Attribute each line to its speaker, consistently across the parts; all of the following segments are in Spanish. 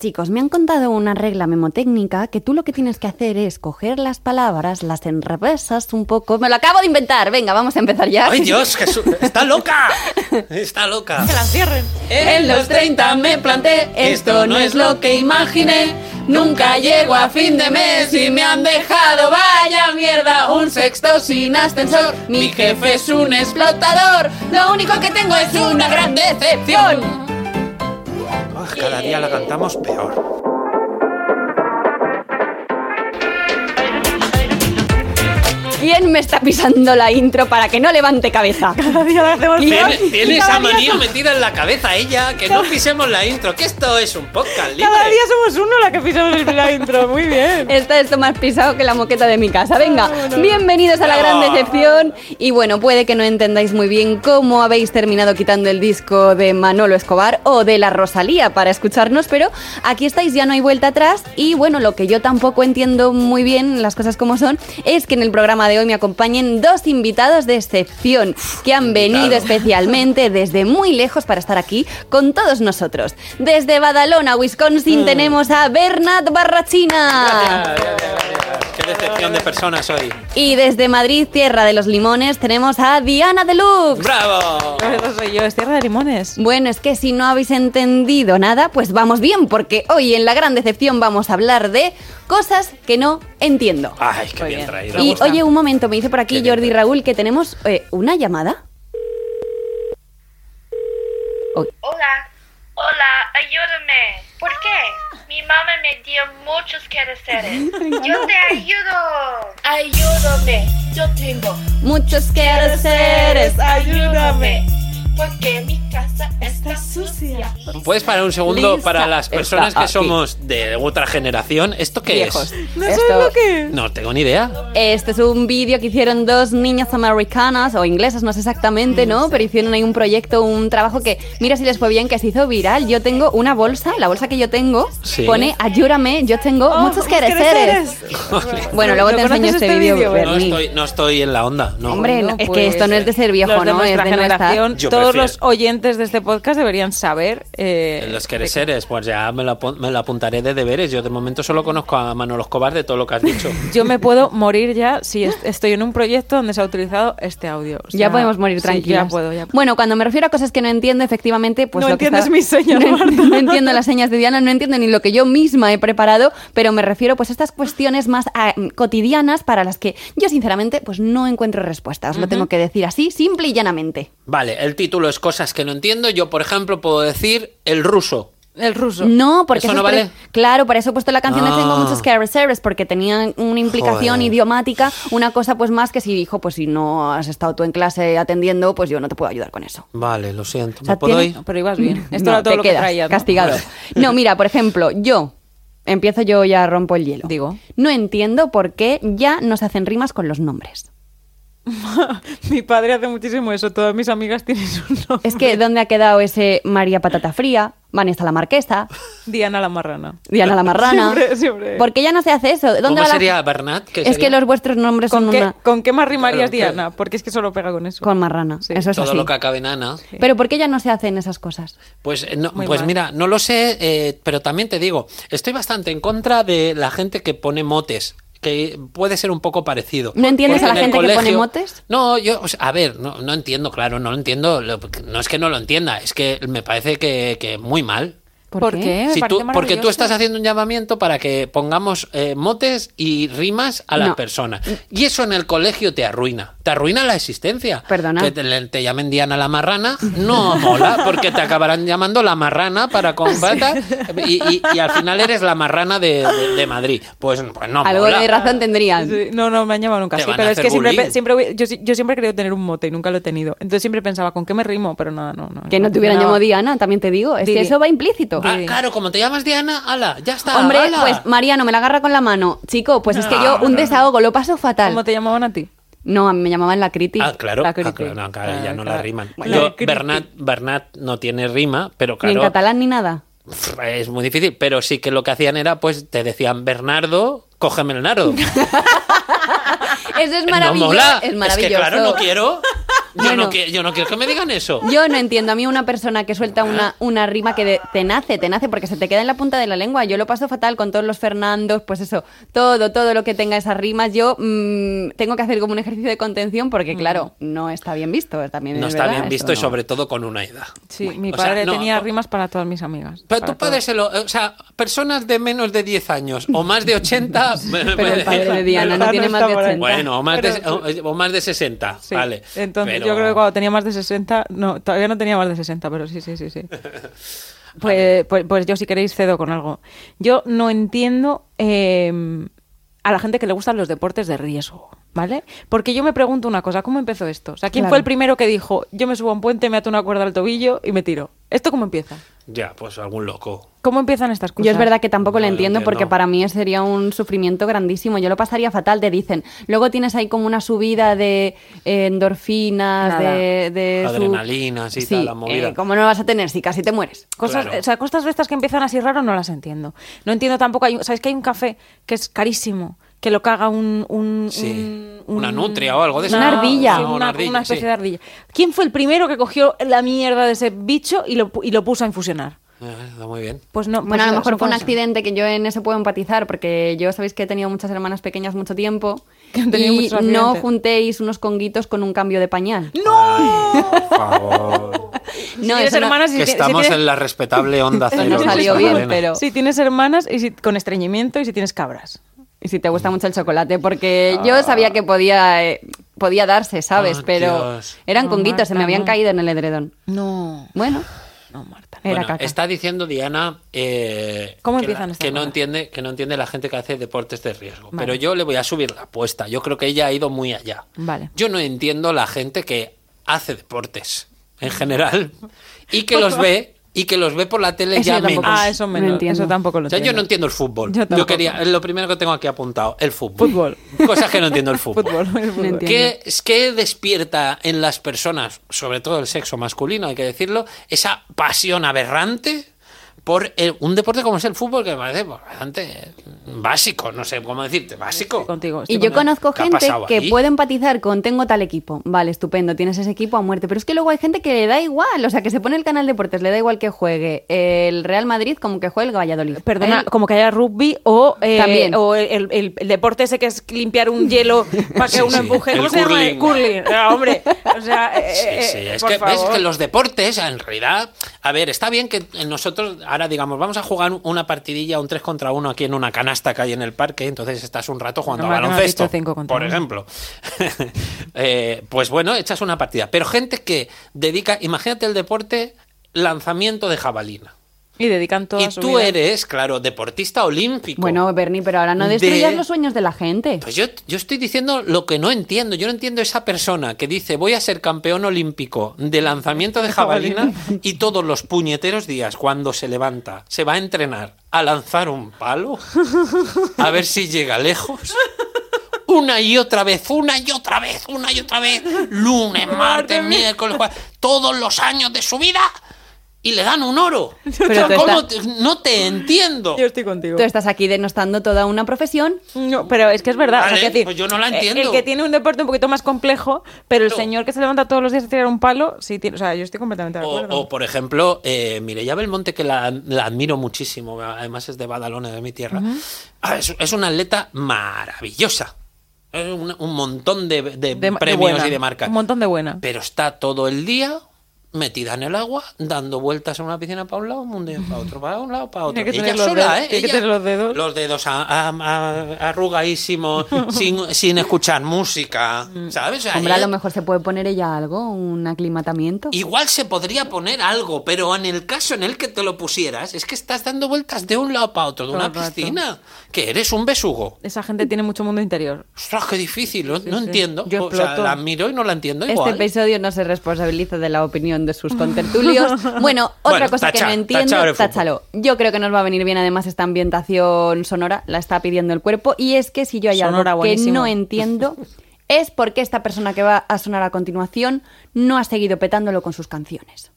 Speaker 1: Chicos, me han contado una regla memotécnica que tú lo que tienes que hacer es coger las palabras, las enrevesas un poco. Me lo acabo de inventar. Venga, vamos a empezar ya.
Speaker 2: ¡Ay, Dios! Jesús! ¡Está loca! ¡Está loca!
Speaker 3: Que las cierren.
Speaker 4: En los 30 me planté, esto no es lo que imaginé. Nunca llego a fin de mes y me han dejado, vaya mierda, un sexto sin ascensor. Mi jefe es un explotador, lo único que tengo es una gran decepción.
Speaker 2: Uf, Ah, cada día la cantamos peor.
Speaker 1: ¿Quién me está pisando la intro para que no levante cabeza?
Speaker 3: Cada día lo hacemos
Speaker 1: Y-
Speaker 3: peor.
Speaker 2: Tiene, tiene esa
Speaker 1: Cada día
Speaker 2: manía metida en la cabeza ella, que no pisemos la intro, que esto es un podcast libre.
Speaker 3: Cada día somos uno la que pisamos el la intro. Muy bien.
Speaker 1: Esto es más pisado que la moqueta de mi casa. Venga, bienvenidos a la gran
Speaker 2: Bravo.
Speaker 1: decepción. Y bueno, puede que no entendáis muy bien cómo habéis terminado quitando el disco de Manolo Escobar o de la Rosalía para escucharnos, pero aquí estáis, ya no hay vuelta atrás. Y bueno, lo que yo tampoco entiendo muy bien, las cosas como son, es que en el programa de hoy me acompañen dos invitados de excepción que han venido
Speaker 2: invitados.
Speaker 1: especialmente desde muy lejos para estar aquí con todos nosotros. Desde Badalona, Wisconsin, tenemos a Bernat Barrachina.
Speaker 2: Gracias, gracias, gracias. Qué decepción de personas hoy.
Speaker 1: Y desde Madrid, tierra de los limones, tenemos a Diana Deluxe.
Speaker 2: ¡Bravo!
Speaker 3: Eso soy yo, es tierra de limones.
Speaker 1: Bueno, es que si no habéis entendido nada, pues vamos bien, porque hoy en La Gran Decepción vamos a hablar de cosas que no entiendo.
Speaker 2: Ay, qué
Speaker 3: Muy
Speaker 2: bien
Speaker 3: bien.
Speaker 2: traído.
Speaker 3: me
Speaker 1: Y
Speaker 3: gusta.
Speaker 1: oye, un momento, me dice por aquí
Speaker 2: Qué bien.
Speaker 1: Jordi Raúl que tenemos eh, una llamada.
Speaker 5: Hola, hola, ayúdame. ¿Por qué? Mi mamá me dio muchos quehaceres. Yo te ayudo. Ayúdame. Yo tengo.
Speaker 1: Muchos quehaceres.
Speaker 5: Ayúdame. Porque mi casa está sucia.
Speaker 2: ¿Puedes parar un segundo
Speaker 1: Lisa
Speaker 2: para las personas
Speaker 1: está
Speaker 2: que
Speaker 1: aquí.
Speaker 2: somos de otra generación? ¿Esto qué
Speaker 1: Viejos.
Speaker 2: es?
Speaker 3: No
Speaker 1: Esto-
Speaker 3: sabes lo que es.
Speaker 2: No tengo ni idea.
Speaker 1: Este es un vídeo que hicieron dos niñas americanas o inglesas, no sé exactamente, ¿no? Pero hicieron ahí un proyecto, un trabajo que, mira si les fue bien, que se hizo viral. Yo tengo una bolsa, la bolsa que yo tengo,
Speaker 2: Sí.
Speaker 1: pone ayúdame, yo tengo
Speaker 3: Oh,
Speaker 1: muchos
Speaker 3: ¿qué
Speaker 1: quereceres. Bueno, luego
Speaker 3: ¿No
Speaker 1: te enseño
Speaker 3: conoces
Speaker 1: este
Speaker 3: este
Speaker 1: vídeo,
Speaker 3: vídeo,
Speaker 1: Berni.
Speaker 2: No estoy, no estoy en la onda. No.
Speaker 1: Hombre,
Speaker 3: No
Speaker 1: no, es
Speaker 3: puede
Speaker 1: que esto no es de ser viejo,
Speaker 3: Los de
Speaker 1: ¿no? Es
Speaker 3: nuestra
Speaker 1: de nuestra.
Speaker 3: generación,
Speaker 2: Yo
Speaker 3: todos
Speaker 2: prefiero-
Speaker 3: los oyentes de este podcast deberían saber. eh,
Speaker 2: En Los
Speaker 3: de-
Speaker 2: quereseres, pues ya me lo, apun- me lo apuntaré de deberes. Yo de momento solo conozco a Manolo Escobar de todo lo que has dicho.
Speaker 3: Yo me puedo morir ya si est- estoy en un proyecto donde se ha utilizado este audio. O sea,
Speaker 1: Ya podemos morir
Speaker 3: sí,
Speaker 1: tranquilos.
Speaker 3: ya puedo, ya puedo.
Speaker 1: Bueno, cuando me refiero a cosas que no entiendo, efectivamente, pues
Speaker 3: No
Speaker 1: lo que
Speaker 3: entiendes
Speaker 1: estaba-
Speaker 3: mis señas,
Speaker 1: no,
Speaker 3: Marta.
Speaker 1: no entiendo las señas de Diana, no entiendo ni lo que yo misma he preparado, pero me refiero pues a estas cuestiones más ah, mm, cotidianas para las que yo sinceramente pues no encuentro respuestas. Lo tengo que decir así, simple y llanamente.
Speaker 2: Vale, el título es cosas que no entiendo. Yo, por ejemplo, puedo decir el ruso.
Speaker 3: El ruso.
Speaker 1: No, porque
Speaker 2: ¿Eso no
Speaker 1: es pre-
Speaker 2: vale?
Speaker 1: Claro, para eso he puesto la canción
Speaker 2: Ah.
Speaker 1: de Tengo muchos que reserves, porque tenía una implicación
Speaker 2: Joder.
Speaker 1: idiomática, una cosa pues más que si dijo, pues si no has estado tú en clase atendiendo, pues yo no te puedo ayudar con eso.
Speaker 2: Vale, lo siento.
Speaker 1: O sea,
Speaker 2: ¿Me puedo
Speaker 1: tiene-
Speaker 2: ir?
Speaker 3: Pero ibas bien. Esto
Speaker 1: Mm, No,
Speaker 3: era todo
Speaker 1: te
Speaker 3: lo
Speaker 1: quedas
Speaker 3: que traías. ¿no?
Speaker 1: castigado. No, mira, por ejemplo, yo empiezo yo ya rompo el hielo.
Speaker 3: Digo.
Speaker 1: no entiendo por qué ya nos hacen rimas con los nombres.
Speaker 3: Mi padre hace muchísimo eso. Todas mis amigas tienen su nombre.
Speaker 1: Es que dónde ha quedado ese María Patata Fría, Vanessa la Marquesa,
Speaker 3: Diana la Marrana.
Speaker 1: Diana la Marrana.
Speaker 3: Siempre, siempre.
Speaker 1: ¿Por qué ya no se hace eso? ¿Dónde
Speaker 2: ¿Cómo
Speaker 1: va la-
Speaker 2: sería Bernat? ¿Qué
Speaker 1: Es
Speaker 2: sería?
Speaker 1: que los vuestros nombres son
Speaker 3: ¿Con qué,
Speaker 1: una
Speaker 3: ¿Con qué más rimarías
Speaker 2: Claro, que-
Speaker 3: Diana? Porque es que solo pega con eso.
Speaker 1: con marrana.
Speaker 3: Sí.
Speaker 1: Eso es
Speaker 2: Todo
Speaker 1: así.
Speaker 2: lo que acabe en Ana.
Speaker 1: Pero ¿por qué ya no se hacen esas cosas?
Speaker 2: Pues, eh, no,
Speaker 3: Muy
Speaker 2: pues
Speaker 3: mal.
Speaker 2: mira, no lo sé, eh, pero también te digo, estoy bastante en contra de la gente que pone motes que puede ser un poco parecido.
Speaker 1: ¿No entiendes
Speaker 2: Porque
Speaker 1: a la
Speaker 2: en el
Speaker 1: gente que pone motes?
Speaker 2: No, yo, o sea, a ver, no, no entiendo, claro, no lo entiendo, lo- no es que no lo entienda, es que me parece que, que muy mal.
Speaker 1: ¿Por,
Speaker 3: ¿Por qué? Me
Speaker 2: Si tú-
Speaker 3: parece
Speaker 2: porque tú
Speaker 3: maravilloso.
Speaker 2: estás haciendo un llamamiento para que pongamos eh, motes y rimas a las
Speaker 1: No.
Speaker 2: personas. Y eso en el colegio te arruina. Te arruina la existencia.
Speaker 1: Perdona.
Speaker 2: Que te, te llamen Diana la marrana no mola, porque te acabarán llamando la marrana para combatar y, y- y al final eres la marrana de, de- de Madrid. Pues, pues no
Speaker 1: Algo
Speaker 2: mola.
Speaker 1: de razón tendrían.
Speaker 3: Sí, No, no, me han llamado nunca.
Speaker 2: Te
Speaker 3: sí,
Speaker 2: van a
Speaker 3: pero es
Speaker 2: hacer
Speaker 3: que siempre,
Speaker 2: bullying.
Speaker 3: pe- siempre hubi- yo, si- yo siempre he querido tener un mote y nunca lo he tenido. Entonces siempre pensaba, ¿con qué me rimo? Pero nada, no, no.
Speaker 1: Que no te hubieran
Speaker 3: No.
Speaker 1: llamado Diana, también te digo. Es que
Speaker 3: Didi.
Speaker 1: eso va implícito.
Speaker 2: Ah, claro, como te llamas Diana, ala, ya está.
Speaker 1: Hombre,
Speaker 2: ala.
Speaker 1: pues Mariano me la agarra con la mano. Chico, pues es que yo un desahogo lo paso fatal.
Speaker 3: ¿Cómo te llamaban a ti?
Speaker 1: No, a mí me llamaban la Criti.
Speaker 2: Ah, claro,
Speaker 3: La
Speaker 2: ah,
Speaker 3: criti.
Speaker 2: claro, no, claro, ya
Speaker 3: Ah,
Speaker 2: no la
Speaker 3: claro.
Speaker 2: riman.
Speaker 3: La
Speaker 2: Yo,
Speaker 3: criti.
Speaker 2: Bernat, Bernat no tiene rima, pero claro.
Speaker 1: Ni en catalán ni nada.
Speaker 2: Pff, Es muy difícil, pero sí que lo que hacían era, pues te decían, Bernardo, cógeme el nardo.
Speaker 1: Eso es
Speaker 2: No
Speaker 1: maravilloso.
Speaker 2: mola.
Speaker 1: Es maravilloso.
Speaker 2: que claro, no quiero. Yo,
Speaker 1: Bueno.
Speaker 2: no que- yo no quiero que me digan eso.
Speaker 1: Yo no entiendo. A mí una persona que suelta una, una rima que de- te nace, te nace, porque se te queda en la punta de la lengua. Yo lo paso fatal con todos los Fernandos, pues eso, todo, todo lo que tenga esas rimas. Yo mm, tengo que hacer como un ejercicio de contención porque, claro, no está bien visto. También
Speaker 2: No
Speaker 1: es
Speaker 2: está
Speaker 1: verdad,
Speaker 2: bien
Speaker 1: eso,
Speaker 2: visto y
Speaker 1: ¿no?
Speaker 2: sobre todo con una edad.
Speaker 3: Sí, mi
Speaker 2: o sea,
Speaker 3: padre
Speaker 2: no,
Speaker 3: tenía
Speaker 2: o-
Speaker 3: rimas para todas mis amigas.
Speaker 2: Pero
Speaker 3: para
Speaker 2: tú pádeselo, o sea, personas de menos de 10 años o más de 80...
Speaker 1: Pero el padre de Diana
Speaker 3: Pero
Speaker 1: no
Speaker 3: el
Speaker 1: tiene
Speaker 3: padre
Speaker 1: más de
Speaker 3: está por
Speaker 1: 80.
Speaker 3: ahí.
Speaker 2: Bueno, o más, de,
Speaker 3: Pero-
Speaker 2: o- o más de 60,
Speaker 3: Sí.
Speaker 2: vale.
Speaker 3: Entonces,
Speaker 2: Pero-
Speaker 3: yo creo que cuando tenía más de 60, no, todavía no tenía más de 60, pero sí, sí, sí, sí. Pues, pues, pues yo, si queréis, cedo con algo. Yo no entiendo eh, a la gente que le gustan los deportes de riesgo, ¿vale? Porque yo me pregunto una cosa, ¿cómo empezó esto? O sea, ¿quién
Speaker 1: Claro.
Speaker 3: fue el primero que dijo, yo me subo a un puente, me ato una cuerda al tobillo y me tiro? ¿Esto cómo empieza?
Speaker 2: Ya, pues algún loco.
Speaker 3: ¿Cómo empiezan estas cosas?
Speaker 1: Yo es verdad que tampoco
Speaker 2: No
Speaker 1: le
Speaker 2: lo
Speaker 1: entiendo porque
Speaker 2: entiendo.
Speaker 1: para mí sería un sufrimiento grandísimo. Yo lo pasaría fatal, te dicen. Luego tienes ahí como una subida de eh, endorfinas,
Speaker 3: Nada.
Speaker 1: de, de su-
Speaker 2: Adrenalinas y tal, la movida.
Speaker 1: eh, ¿Cómo no vas a tener si casi te mueres?
Speaker 3: Cosas,
Speaker 2: Claro.
Speaker 3: o sea, cosas de estas que empiezan así raro no las entiendo. No entiendo tampoco. Hay, ¿Sabéis que hay un café que es carísimo? Que lo caga un. un-
Speaker 2: Sí,
Speaker 3: un-
Speaker 2: una
Speaker 3: un-
Speaker 2: nutria o algo de eso.
Speaker 1: Una ardilla.
Speaker 3: sí,
Speaker 1: Ah,
Speaker 2: una
Speaker 3: una,
Speaker 2: ardilla,
Speaker 3: una especie
Speaker 2: sí.
Speaker 3: de ardilla. ¿Quién fue el primero que cogió la mierda de ese bicho y lo, pu- y lo puso a infusionar?
Speaker 2: Ah, está muy bien.
Speaker 3: Pues no.
Speaker 1: Bueno, a lo
Speaker 3: pues,
Speaker 1: mejor
Speaker 3: son
Speaker 1: fue un
Speaker 3: cosas-
Speaker 1: accidente que yo en eso puedo empatizar, porque yo sabéis que he tenido muchas hermanas pequeñas mucho tiempo
Speaker 3: Que han tenido
Speaker 1: y
Speaker 3: muchos
Speaker 1: no
Speaker 3: accidentes.
Speaker 1: juntéis unos conguitos con un cambio de pañal.
Speaker 3: Si
Speaker 1: No,
Speaker 3: tienes
Speaker 1: eso no-
Speaker 3: hermanas y
Speaker 2: Que
Speaker 3: si- si
Speaker 2: estamos
Speaker 3: tienes-
Speaker 2: en la respetable onda
Speaker 1: Eso
Speaker 2: cero.
Speaker 1: no
Speaker 2: Luis
Speaker 1: salió bien,
Speaker 2: Magdalena.
Speaker 1: pero-
Speaker 3: Si tienes hermanas y si, con estreñimiento y si tienes cabras.
Speaker 1: Y si te gusta mucho el chocolate, porque yo sabía que podía, eh, podía darse, ¿sabes?
Speaker 2: Ah,
Speaker 1: Pero
Speaker 2: Dios.
Speaker 1: eran
Speaker 3: No,
Speaker 1: conguitos, se me
Speaker 3: Marta,
Speaker 1: habían
Speaker 3: no.
Speaker 1: caído en el edredón.
Speaker 3: No.
Speaker 1: Bueno,
Speaker 3: No, Marta.
Speaker 1: era
Speaker 2: Bueno,
Speaker 1: caca.
Speaker 2: está diciendo Diana eh,
Speaker 3: ¿Cómo
Speaker 2: que, la-
Speaker 3: empiezan estas
Speaker 2: que no
Speaker 3: cosas?
Speaker 2: entiende que no entiende la gente que hace deportes de riesgo.
Speaker 3: Vale.
Speaker 2: Pero yo le voy a subir la apuesta. Yo creo que ella ha ido muy allá.
Speaker 3: Vale.
Speaker 2: Yo no entiendo la gente que hace deportes en general y que los ve y que los ve por la tele
Speaker 1: Eso
Speaker 2: ya
Speaker 1: yo tampoco.
Speaker 2: menos.
Speaker 3: Ah, eso
Speaker 1: No
Speaker 3: menos.
Speaker 1: entiendo.
Speaker 3: Eso tampoco lo
Speaker 2: O sea, yo
Speaker 3: entiendo.
Speaker 2: no entiendo el fútbol.
Speaker 3: Yo
Speaker 2: Yo,
Speaker 3: tampoco.
Speaker 2: quería, es lo primero que tengo aquí apuntado, el fútbol.
Speaker 3: Fútbol.
Speaker 2: Cosas que no entiendo el fútbol.
Speaker 3: Fútbol, el fútbol.
Speaker 1: entiendo.
Speaker 2: ¿Qué, es- qué despierta en las personas, sobre todo el sexo masculino, hay que decirlo, esa pasión aberrante por eh, un deporte como es el fútbol, que me parece pues, bastante básico, no sé cómo decirte, básico.
Speaker 3: Contigo. estoy
Speaker 1: Y yo
Speaker 3: con él.
Speaker 1: conozco
Speaker 2: ¿Qué ha
Speaker 1: gente
Speaker 2: pasado
Speaker 1: que
Speaker 2: ahí?
Speaker 1: puede empatizar con tengo tal equipo. Vale, estupendo, tienes ese equipo a muerte. Pero es que luego hay gente que le da igual, o sea, que se pone el canal deportes, le da igual que juegue el Real Madrid como que juegue el Valladolid. ¿eh?
Speaker 3: Perdona,
Speaker 1: Él-
Speaker 3: como que haya rugby o, eh,
Speaker 1: También.
Speaker 3: o el, el- el deporte ese que es limpiar un hielo para que
Speaker 2: Sí,
Speaker 3: uno
Speaker 2: sí,
Speaker 3: empuje.
Speaker 2: el
Speaker 3: ¿Cómo se llama?
Speaker 2: curling.
Speaker 3: El curling. Ah, hombre, o sea, eh,
Speaker 2: Sí,
Speaker 3: eh,
Speaker 2: sí,
Speaker 3: eh,
Speaker 2: es
Speaker 3: por
Speaker 2: que, ves
Speaker 3: favor.
Speaker 2: que los deportes, en realidad, a ver, está bien que nosotros, ahora digamos, vamos a jugar una partidilla, un 3 contra 1 aquí en una canasta que hay en el parque, entonces estás un rato jugando a
Speaker 3: Normal que no has
Speaker 2: baloncesto,
Speaker 3: dicho cinco contra
Speaker 2: por
Speaker 3: uno.
Speaker 2: ejemplo. Eh, pues bueno, echas una partida. Pero gente que dedica, imagínate el deporte, lanzamiento de jabalina.
Speaker 3: Y dedican toda
Speaker 2: Y
Speaker 3: su
Speaker 2: tú
Speaker 3: vida.
Speaker 2: eres, claro, deportista olímpico.
Speaker 1: Bueno, Bernie, pero ahora no destruyas los sueños de la gente.
Speaker 2: Pues yo, yo estoy diciendo lo que no entiendo. Yo no entiendo esa persona que dice voy a ser campeón olímpico de lanzamiento de jabalina y todos los puñeteros días cuando se levanta se va a entrenar a lanzar un palo a ver si llega lejos. Una y otra vez, una y otra vez, una y otra vez. Lunes, martes, miércoles, jueves, todos los años de su vida y le dan un oro.
Speaker 1: Pero tú
Speaker 2: ¿Cómo
Speaker 1: estás-
Speaker 2: te- no te entiendo.
Speaker 3: Yo estoy contigo.
Speaker 1: Tú estás aquí denostando toda una profesión.
Speaker 3: No, pero es que es verdad. o sea,
Speaker 2: Vale,
Speaker 3: quiero decir,
Speaker 2: pues yo no la
Speaker 3: eh,
Speaker 2: entiendo.
Speaker 3: El que tiene un deporte un poquito más complejo, pero el
Speaker 2: No.
Speaker 3: señor que se levanta todos los días a tirar un palo, sí tiene. O sea, yo estoy completamente de
Speaker 2: O,
Speaker 3: acuerdo.
Speaker 2: o, por ejemplo, eh, Mireia Belmonte, que la, la admiro muchísimo, además es de Badalona, de mi tierra. Ah, es, es una atleta maravillosa. Es Un, un montón de, de
Speaker 3: De- de
Speaker 2: premios
Speaker 3: buena.
Speaker 2: y de marcas.
Speaker 3: Un montón de buena.
Speaker 2: Pero está todo el día metida en el agua, dando vueltas en una piscina para un lado, un mundial para otro, para un lado, para otro.
Speaker 3: Tiene que
Speaker 2: Ella
Speaker 3: tener los
Speaker 2: sola,
Speaker 3: dedos-
Speaker 2: ¿eh?
Speaker 3: tiene que
Speaker 2: Ella-
Speaker 3: tener los dedos.
Speaker 2: Los dedos a- a- a- arrugadísimos, sin, sin escuchar música,
Speaker 3: Mm.
Speaker 2: ¿sabes? O sea,
Speaker 1: Hombre, a
Speaker 2: ella-
Speaker 1: lo mejor se puede poner ella algo, un aclimatamiento.
Speaker 2: Igual se podría poner algo, pero en el caso en el que te lo pusieras, es que estás dando vueltas de un lado para otro, de
Speaker 3: Todo
Speaker 2: una
Speaker 3: el rato.
Speaker 2: piscina, que eres un besugo.
Speaker 3: Esa gente tiene mucho mundo interior.
Speaker 2: Ostras, qué difícil, no, no
Speaker 3: sí.
Speaker 2: entiendo.
Speaker 3: Yo
Speaker 2: o sea,
Speaker 3: exploto.
Speaker 2: la miro y no la entiendo
Speaker 1: Este
Speaker 2: igual.
Speaker 1: episodio no se responsabiliza de la opinión de sus contertulios. Bueno, otra
Speaker 2: Bueno,
Speaker 1: cosa que
Speaker 2: tacha,
Speaker 1: no entiendo,
Speaker 2: tachar el fútbol.
Speaker 1: táchalo. Yo creo que nos va a venir bien además esta ambientación sonora, la está pidiendo el cuerpo, y es que si yo hay
Speaker 3: Sonora,
Speaker 1: algo que
Speaker 3: buenísimo.
Speaker 1: no entiendo es por qué esta persona que va a sonar a continuación no ha seguido petándolo con sus canciones.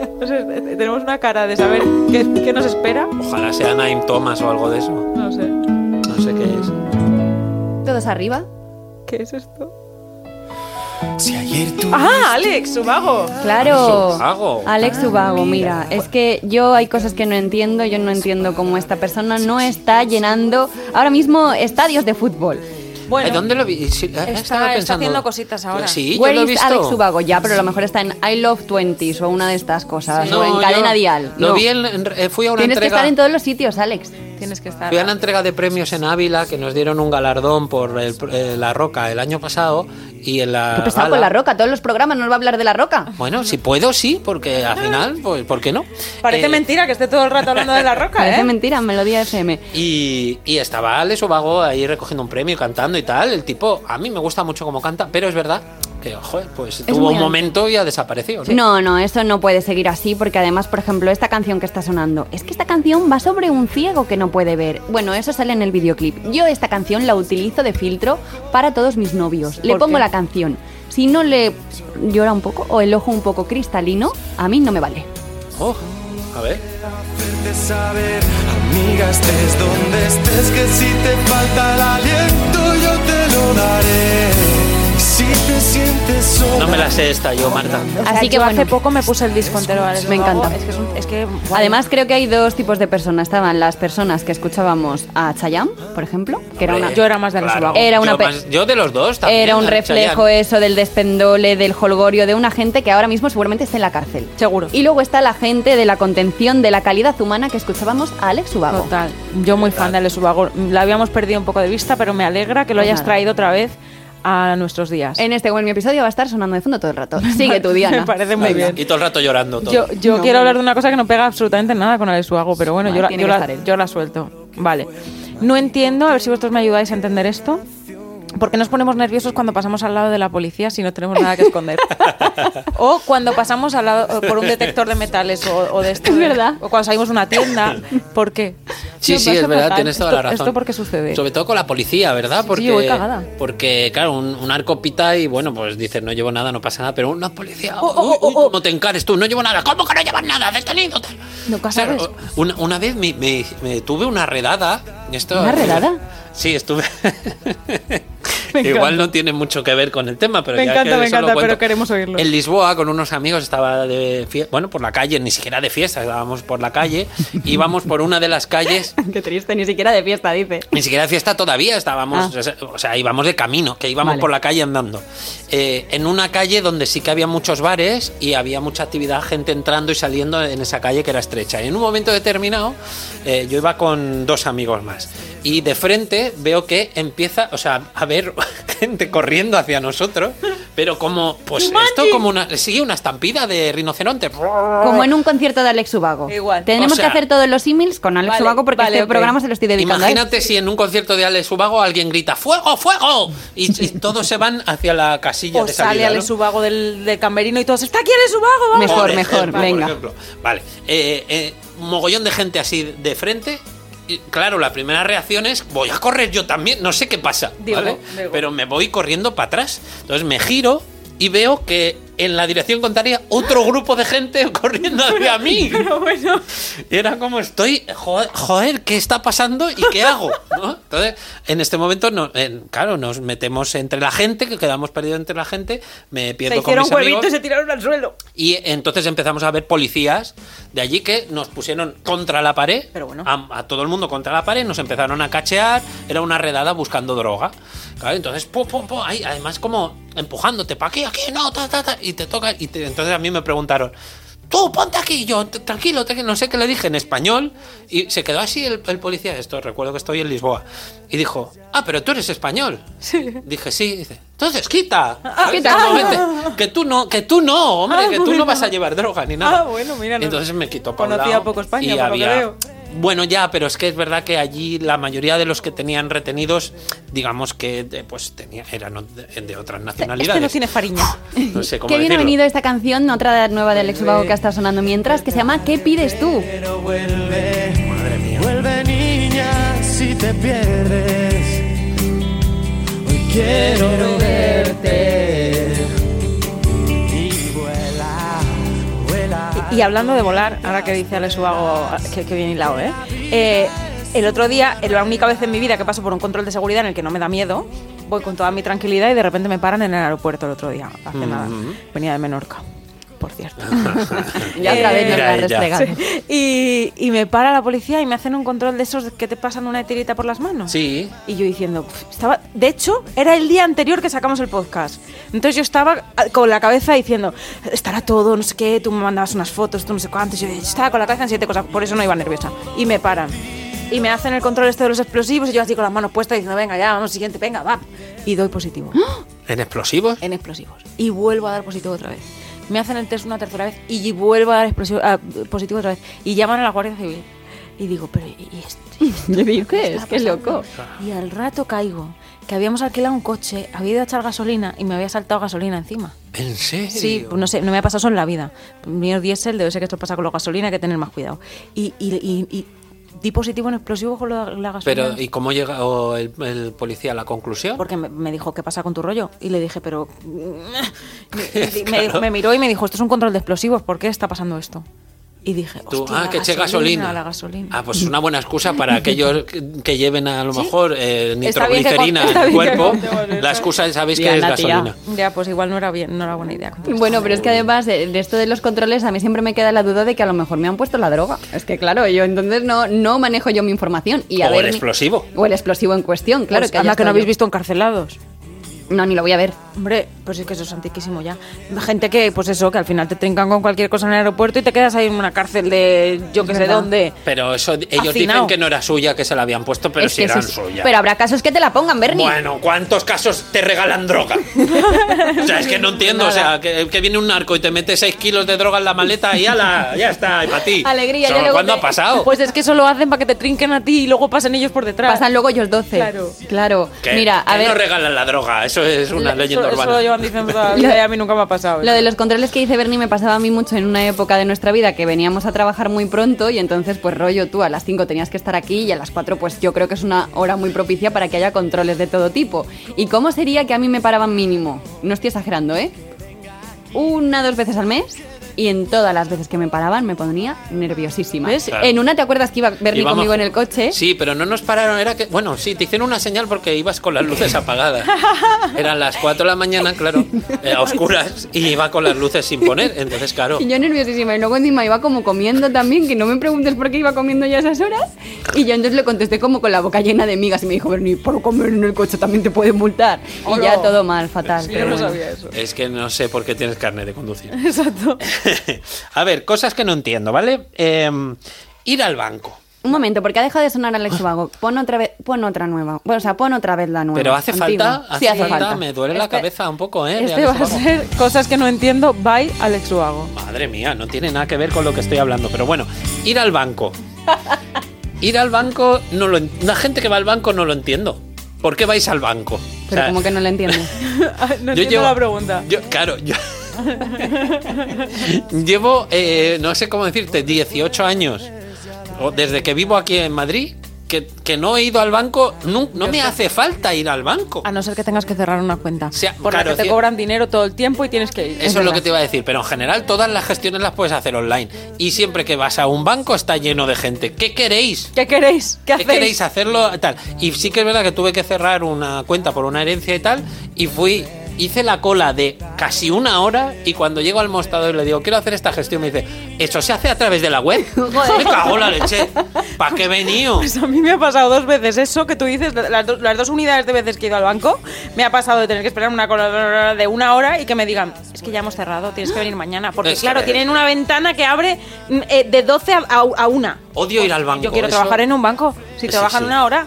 Speaker 3: Entonces, eh, tenemos una cara de saber qué, qué nos espera.
Speaker 2: Ojalá sea Naim Thomas o algo de eso.
Speaker 3: No sé.
Speaker 2: No no sé qué es.
Speaker 1: Todos arriba.
Speaker 3: ¿Qué es esto?
Speaker 6: Si ayer tú
Speaker 3: ¡Ah, Alex, su vago!
Speaker 1: Claro.
Speaker 2: Subago.
Speaker 1: Alex Ubago, mira, es que yo hay cosas que no entiendo, yo no entiendo cómo esta persona no está llenando ahora mismo estadios de fútbol.
Speaker 2: Ay, ¿Dónde lo vi? Sí, ah,
Speaker 3: está-
Speaker 2: estaba
Speaker 3: está
Speaker 2: pensando.
Speaker 3: haciendo cositas ahora.
Speaker 2: Sí, yo
Speaker 1: Where
Speaker 2: lo he
Speaker 1: is
Speaker 2: visto.
Speaker 1: Alex Ubago? Ya, pero a lo mejor está en I Love 20 o una de estas cosas, o en
Speaker 2: yo
Speaker 1: Cadena Dial.
Speaker 2: Lo
Speaker 1: No.
Speaker 2: vi en- en- eh, fui a una
Speaker 1: Tienes que
Speaker 2: entrega.
Speaker 1: estar en todos los sitios, Alex.
Speaker 3: Tienes que estar.
Speaker 2: Fui a la entrega de premios en Ávila que nos dieron un galardón por el- eh, La Roca el año pasado y en la
Speaker 1: Qué pesado
Speaker 2: gala-
Speaker 1: con La Roca, todos los programas nos va a hablar de La Roca.
Speaker 2: Bueno, si puedo sí, porque al final pues ¿por qué no?
Speaker 3: Parece
Speaker 2: Eh,
Speaker 3: mentira que esté todo el rato hablando de la roca,
Speaker 1: Parece
Speaker 3: ¿eh?
Speaker 1: mentira, Melodía FM.
Speaker 2: Y, y estaba Alex Obago ahí recogiendo un premio, cantando y tal. El tipo, a mí me gusta mucho cómo canta, pero es verdad que, joder, pues tuvo
Speaker 1: muy
Speaker 2: un
Speaker 1: alto.
Speaker 2: momento y ha desaparecido. ¿no?
Speaker 1: No, no, eso no puede seguir así porque además, por ejemplo, esta canción que está sonando, es que esta canción va sobre un ciego que no puede ver. Bueno, eso sale en el videoclip. Yo esta canción la utilizo de filtro para todos mis novios. Le
Speaker 3: ¿Por
Speaker 1: pongo
Speaker 3: qué?
Speaker 1: la canción. Si no le llora un poco o el ojo un poco cristalino, a mí no me vale.
Speaker 2: Oh, a ver.
Speaker 6: de saber, amiga, estés donde estés, que si te falta el aliento yo te lo daré. Si te sientes sola,
Speaker 2: No me la sé esta yo, Marta.
Speaker 1: Así que
Speaker 3: yo
Speaker 1: bueno.
Speaker 3: hace poco me puse el disco entero, Alex
Speaker 1: Me
Speaker 3: Ubago.
Speaker 1: encanta.
Speaker 3: Es que, es un- es que, guau.
Speaker 1: Además, creo que hay dos tipos de personas. Estaban las personas que escuchábamos a Chayam, por ejemplo, que era una...
Speaker 2: Hombre,
Speaker 3: yo era más de Alex Ubago.
Speaker 1: Era una
Speaker 2: Eh, yo,
Speaker 1: pe-
Speaker 2: más- yo de los dos también.
Speaker 1: Era un
Speaker 2: Alex
Speaker 1: reflejo
Speaker 2: Chayanne.
Speaker 1: eso del despendole, del holgorio, de una gente que ahora mismo seguramente está en la cárcel.
Speaker 3: Seguro.
Speaker 1: Y luego está la gente de la contención, de la calidad humana que escuchábamos a Alex Ubago.
Speaker 3: Total. Yo muy fan de Alex Ubago. La habíamos perdido un poco de vista, pero me alegra que lo
Speaker 1: Pues
Speaker 3: hayas
Speaker 1: nada.
Speaker 3: traído otra vez a nuestros días.
Speaker 1: En este buen mi episodio va a estar sonando de fondo todo el rato. Sigue tu Diana.
Speaker 3: Me parece muy
Speaker 2: Venga,
Speaker 3: bien.
Speaker 2: Y todo el rato llorando. Todo.
Speaker 3: Yo, yo
Speaker 1: No,
Speaker 3: quiero
Speaker 1: bueno.
Speaker 3: hablar de una cosa que no pega absolutamente nada con Alex Ubago, pero bueno,
Speaker 1: Vale,
Speaker 3: yo, la,
Speaker 1: tiene
Speaker 3: yo
Speaker 1: que
Speaker 3: la-
Speaker 1: estar él.
Speaker 3: yo la suelto. Vale. No entiendo, a ver si vosotros me ayudáis a entender esto. ¿Por qué nos ponemos nerviosos cuando pasamos al lado de la policía si no tenemos nada que esconder? o cuando pasamos al lado por un detector de metales o, o de esto.
Speaker 1: Es
Speaker 3: de-
Speaker 1: verdad.
Speaker 3: O cuando salimos de una tienda. ¿Por qué?
Speaker 2: Sí,
Speaker 3: Yo
Speaker 2: sí,
Speaker 3: paso
Speaker 2: es verdad,
Speaker 3: fatal.
Speaker 2: tienes toda la
Speaker 3: Esto-
Speaker 2: razón.
Speaker 3: ¿Esto por qué sucede?
Speaker 2: Sobre todo con la policía, ¿verdad? Porque,
Speaker 3: yo voy cagada.
Speaker 2: porque claro, un, un arco pita y bueno, pues dices, no llevo nada, no pasa nada, pero una policía,
Speaker 3: Oh,
Speaker 2: uy, uy, ¿cómo te encares tú? No llevo nada, ¿cómo que no llevas nada? Detenido. tal.
Speaker 3: Nunca
Speaker 2: O sea,
Speaker 3: sabes.
Speaker 2: Una, una vez me, me- me tuve una redada. Esto,
Speaker 1: ¿Una redada?
Speaker 2: Sí, estuve. Igual no tiene mucho que ver con el tema, pero
Speaker 3: Me
Speaker 2: ya
Speaker 3: encanta,
Speaker 2: que
Speaker 3: me
Speaker 2: eso lo
Speaker 3: encanta, pero
Speaker 2: cuento.
Speaker 3: queremos oírlo.
Speaker 2: En Lisboa con unos amigos estaba de fie- bueno, por la calle, ni siquiera de fiesta, estábamos por la calle, íbamos por una de las calles
Speaker 1: Qué triste, ni siquiera de fiesta, dice.
Speaker 2: ni siquiera de fiesta todavía estábamos, o sea, íbamos de camino, que íbamos
Speaker 1: Ah. Vale.
Speaker 2: por la calle andando. Eh, en una calle donde sí que había muchos bares y había mucha actividad, gente entrando y saliendo en esa calle que era estrecha. Y en un momento determinado, eh, yo iba con dos amigos más. Y de frente veo que empieza, o sea, a ver gente corriendo hacia nosotros, pero como, pues esto como una, sigue una estampida de rinoceronte.
Speaker 1: Como en un concierto de Alex Ubago.
Speaker 3: Igual.
Speaker 1: Tenemos
Speaker 2: O sea-
Speaker 1: que hacer todos los símiles con Alex
Speaker 3: Vale,
Speaker 1: Ubago porque
Speaker 3: vale,
Speaker 1: este
Speaker 3: ok.
Speaker 1: programa se lo estoy dedicando a él.
Speaker 2: Imagínate si en un concierto de Alex Ubago alguien grita ¡Fuego, fuego! Y, y todos se van hacia la casilla
Speaker 3: O
Speaker 2: de salida.
Speaker 3: sale
Speaker 2: ¿no?
Speaker 3: Alex Ubago del, del camerino y todos, ¡está aquí Alex Ubago! vamos".
Speaker 1: Mejor,
Speaker 2: Por
Speaker 1: mejor,
Speaker 2: ejemplo, por
Speaker 1: venga.
Speaker 2: ejemplo. Vale. Eh, eh, un mogollón de gente así de frente. Y, claro, la primera reacción es voy a correr yo también. No sé qué pasa,
Speaker 3: Digo,
Speaker 2: ¿vale?
Speaker 3: digo.
Speaker 2: Pero me voy corriendo para atrás. Entonces me giro y veo que en la dirección contraria otro grupo de gente corriendo hacia mí.
Speaker 3: Pero bueno.
Speaker 2: Y era como estoy, joder, joder, ¿qué está pasando y qué hago? ¿no? Entonces, en este momento, no, en- claro, nos metemos entre la gente, que quedamos perdidos entre la gente, me pierdo
Speaker 3: Se hicieron
Speaker 2: con mis amigos.
Speaker 3: huevitos y se tiraron al suelo.
Speaker 2: Y entonces empezamos a ver policías de allí que nos pusieron contra la pared,
Speaker 3: Pero bueno.
Speaker 2: a, a todo el mundo contra la pared, nos empezaron a cachear, era una redada buscando droga. Claro, entonces, pum, pum, pum, ahí, además como empujándote, para aquí, aquí, no, ta, ta, ta", y te toca, y te- entonces a mí me preguntaron, tú, ponte aquí, Y yo, "T- tranquilo, tranquilo", no sé qué le dije en español, y se quedó así el, el policía, esto recuerdo que estoy en Lisboa, y dijo, ah, pero tú eres español. Dije, sí, dice, entonces quita,
Speaker 1: quita.
Speaker 2: "No, vete". que tú no, que tú no, hombre, que tú no vas a llevar droga ni nada.
Speaker 3: Ah, bueno, mira, no-
Speaker 2: Entonces me quitó para un
Speaker 3: conocía
Speaker 2: lado
Speaker 3: poco España,
Speaker 2: y
Speaker 3: por lo que
Speaker 2: había-
Speaker 3: veo.
Speaker 2: Bueno, ya, pero es que es verdad que allí la mayoría de los que tenían retenidos, digamos que eh, pues tenía, eran de, de otras
Speaker 3: Este
Speaker 2: nacionalidades.
Speaker 3: no tiene fariña.
Speaker 2: No sé cómo
Speaker 1: Qué bien ha
Speaker 2: decirlo.
Speaker 1: venido esta canción, otra nueva de Alex Ubago que ha estado sonando mientras, que se llama ¿Qué pides tú?
Speaker 6: Pero vuelve, vuelve niña, si te pierdes. Hoy quiero verte. Y vuela, vuela.
Speaker 3: Y hablando de volar, ahora que dice Alex Ubago, que, que bien hilado, ¿eh? Eh, el otro día, la única vez en mi vida que paso por un control de seguridad en el que no me da miedo, voy con toda mi tranquilidad y de repente me paran en el aeropuerto el otro día. Hace nada. Venía de Menorca, por cierto.
Speaker 1: Ya otra vez nos la
Speaker 2: Mira ella.
Speaker 1: restregan.
Speaker 3: y, y me para la policía y me hacen un control de esos que te pasan una tirita por las manos.
Speaker 2: Sí.
Speaker 3: Y yo diciendo, "Pf, estaba. De hecho, era el día anterior que sacamos el podcast. Entonces yo estaba ah, con la cabeza diciendo, estará todo, no sé qué, tú me mandabas unas fotos, tú no sé cuántos. Yo estaba con la cabeza en siete cosas, por eso no iba nerviosa. Y me paran. Y me hacen el control este de los explosivos y yo así con las manos puestas diciendo, venga, ya, vamos, siguiente, venga, va. Y doy positivo
Speaker 2: ¿En explosivos?
Speaker 3: en explosivos. Y vuelvo a dar positivo otra vez. Me hacen el test una tercera vez y vuelvo a dar explosivo- ah, positivo otra vez. Y llaman a la Guardia Civil. Y digo, pero ¿y este, esto? ¿Y esto
Speaker 1: Yo digo, ¿qué es?
Speaker 3: está
Speaker 1: Qué loco.
Speaker 3: pasando? Y al rato caigo, que habíamos alquilado un coche, había ido a echar gasolina y me había saltado gasolina encima.
Speaker 2: ¿En serio?
Speaker 3: Sí, pues no sé, no me ha pasado eso en la vida. Mío diésel, debe ser que esto pasa con la gasolina, hay que tener más cuidado. Y, y, y- y di positivo en explosivos con la, la gasolina.
Speaker 2: Pero, ¿y cómo llega o el, el policía a la conclusión?
Speaker 3: Porque me, me dijo, ¿qué pasa con tu rollo? Y le dije, pero... y di- me, dijo- me miró y me dijo, esto es un control de explosivos, ¿por qué está pasando esto? Y dije,
Speaker 2: Tú,
Speaker 3: hostia,
Speaker 2: ah,
Speaker 3: la
Speaker 2: que eche gasolina.
Speaker 3: La gasolina.
Speaker 2: Ah, pues es una buena excusa para aquellos que, que lleven a lo mejor eh,
Speaker 3: Está bien que
Speaker 2: nitroglicerina
Speaker 3: con- está
Speaker 2: en el
Speaker 3: bien que
Speaker 2: cuerpo.
Speaker 3: contemos eso.
Speaker 2: La excusa sabéis que
Speaker 1: Bien,
Speaker 2: es
Speaker 1: la tía.
Speaker 2: gasolina.
Speaker 3: Ya, pues igual no era bien, no era buena idea.
Speaker 1: Bueno, pero es que además de, de esto de los controles, a mí siempre me queda la duda de que a lo mejor me han puesto la droga. Es que claro, yo entonces no, no manejo yo mi información. Y a
Speaker 2: o
Speaker 1: ver
Speaker 2: el
Speaker 1: mi-
Speaker 2: explosivo.
Speaker 1: O el explosivo en cuestión, claro.
Speaker 3: Pues
Speaker 1: que
Speaker 3: anda
Speaker 1: haya
Speaker 3: que no
Speaker 1: estado
Speaker 3: habéis
Speaker 1: yo.
Speaker 3: visto encarcelados.
Speaker 1: No, ni lo voy a ver.
Speaker 3: Hombre, pues es que eso es antiquísimo ya. Gente que, pues eso, que al final te trincan con cualquier cosa en el aeropuerto y te quedas ahí en una cárcel de yo que sé
Speaker 1: verdad.
Speaker 3: dónde.
Speaker 2: Pero eso ellos
Speaker 3: Hacinao.
Speaker 2: dicen que no era suya, que se la habían puesto, pero
Speaker 1: Es
Speaker 2: sí
Speaker 1: que
Speaker 2: eran
Speaker 1: eso es-
Speaker 2: suya.
Speaker 1: Pero habrá casos que te la pongan, Bernie.
Speaker 2: Bueno, ¿cuántos casos te regalan droga? o sea, es que no entiendo. O sea, que, que viene un narco y te mete 6 kilos de droga en la maleta y ala, ya está, y para ti.
Speaker 1: Alegría,
Speaker 2: Solo
Speaker 1: ya luego
Speaker 2: ¿Cuándo
Speaker 1: te-
Speaker 2: ha pasado?
Speaker 3: Pues es que eso lo hacen para que te trinquen a ti y luego pasen ellos por detrás.
Speaker 1: Pasan luego ellos 12.
Speaker 3: Claro.
Speaker 1: Claro.
Speaker 2: Que-
Speaker 1: Mira, a
Speaker 2: que no
Speaker 1: ver.
Speaker 2: regalan la droga, eso es una leyenda
Speaker 3: eso,
Speaker 2: urbana.
Speaker 3: Eso lo llevan diciendo toda la vida y a mí nunca me ha pasado.
Speaker 1: Lo de los controles que dice Bernie me pasaba a mí mucho en una época de nuestra vida que veníamos a trabajar muy pronto y entonces pues rollo tú a las 5 tenías que estar aquí y a las 4 pues yo creo que es una hora muy propicia para que haya controles de todo tipo. ¿Y cómo sería que a mí me paraban mínimo? No estoy exagerando, ¿eh? Una, dos veces al mes y en todas las veces que me paraban me ponía nerviosísima.
Speaker 3: ¿Ves?
Speaker 2: Claro.
Speaker 1: En una, ¿te acuerdas que iba Bernie
Speaker 2: Íbamos-
Speaker 1: conmigo en el coche?
Speaker 2: Sí, pero no nos pararon, era que... Bueno, sí, te hicieron una señal porque ibas con las luces apagadas. Eran las 4 de la mañana, claro, eh, a oscuras, y iba con las luces sin poner. Entonces, claro,
Speaker 1: Y yo nerviosísima, y luego encima iba como comiendo también, que no me preguntes por qué iba comiendo ya a esas horas. Y yo entonces le contesté como con la boca llena de migas y me dijo, Bernie, por comer en el coche también te pueden multar. Y ya todo mal, fatal.
Speaker 3: Oh, Sí,
Speaker 1: pero
Speaker 3: yo no
Speaker 1: bueno.
Speaker 3: sabía eso.
Speaker 2: es que no sé por qué tienes carne de conducir.
Speaker 3: Exacto.
Speaker 2: a ver, cosas que no entiendo, ¿vale? Em, ir al banco.
Speaker 1: Un momento, porque ha dejado de sonar Alex Vago. Pon otra vez, pon otra nueva. Bueno, o sea, pon otra vez la nueva.
Speaker 2: Pero hace
Speaker 1: antigua.
Speaker 2: falta, hace
Speaker 1: Sí, hace
Speaker 2: falta,
Speaker 1: falta.
Speaker 2: me duele la
Speaker 3: Este-
Speaker 2: cabeza un poco, ¿eh? de
Speaker 3: Este
Speaker 2: Alex
Speaker 3: va a
Speaker 2: Ubago.
Speaker 3: ser cosas que no entiendo. Bye, Alex Ubago.
Speaker 2: Madre mía, no tiene nada que ver con lo que estoy hablando, pero bueno, ir al banco. ir al banco, no lo en- la gente que va al banco no lo entiendo. ¿Por qué vais al banco? O
Speaker 1: Pero
Speaker 2: sea,
Speaker 1: como que no la entiendo.
Speaker 3: no entiendo
Speaker 2: llevo-
Speaker 3: la pregunta.
Speaker 2: yo- claro, yo llevo, eh, no sé cómo decirte, 18 años, o desde que vivo aquí en Madrid, que, que no he ido al banco, nu- no, me hace falta ir al banco.
Speaker 3: A no ser que tengas que cerrar una cuenta.
Speaker 2: sea,
Speaker 3: por
Speaker 2: claro,
Speaker 3: la que te
Speaker 2: cien-
Speaker 3: cobran dinero todo el tiempo y tienes que ir.
Speaker 2: Eso es lo que te iba a decir, pero en general todas las gestiones las puedes hacer online. Y siempre que vas a un banco está lleno de gente. ¿Qué queréis?
Speaker 3: ¿Qué queréis? ¿Qué
Speaker 2: ¿Qué
Speaker 3: hacéis?
Speaker 2: queréis hacerlo? Tal. Y sí que es verdad que tuve que cerrar una cuenta por una herencia y tal. Y fui, hice la cola de casi una hora. Y cuando llego al mostrador y le digo, quiero hacer esta gestión, me dice, ¿eso se hace a través de la web? Me cago en la leche. ¿Para qué he venido?
Speaker 3: Pues a mí me ha pasado dos veces eso que tú dices, las, do- las dos unidades de veces que he ido al banco, me ha pasado de tener que esperar una cola de una hora y que me digan, es que ya hemos cerrado, tienes que venir mañana. Porque
Speaker 2: Es
Speaker 3: claro,
Speaker 2: que-
Speaker 3: tienen una ventana que abre mm, eh, de 12 a, a, a una.
Speaker 2: Odio ir al banco.
Speaker 3: Yo quiero
Speaker 2: eso-
Speaker 3: trabajar en un banco, si
Speaker 2: Sí,
Speaker 3: trabajan
Speaker 2: sí.
Speaker 3: una hora.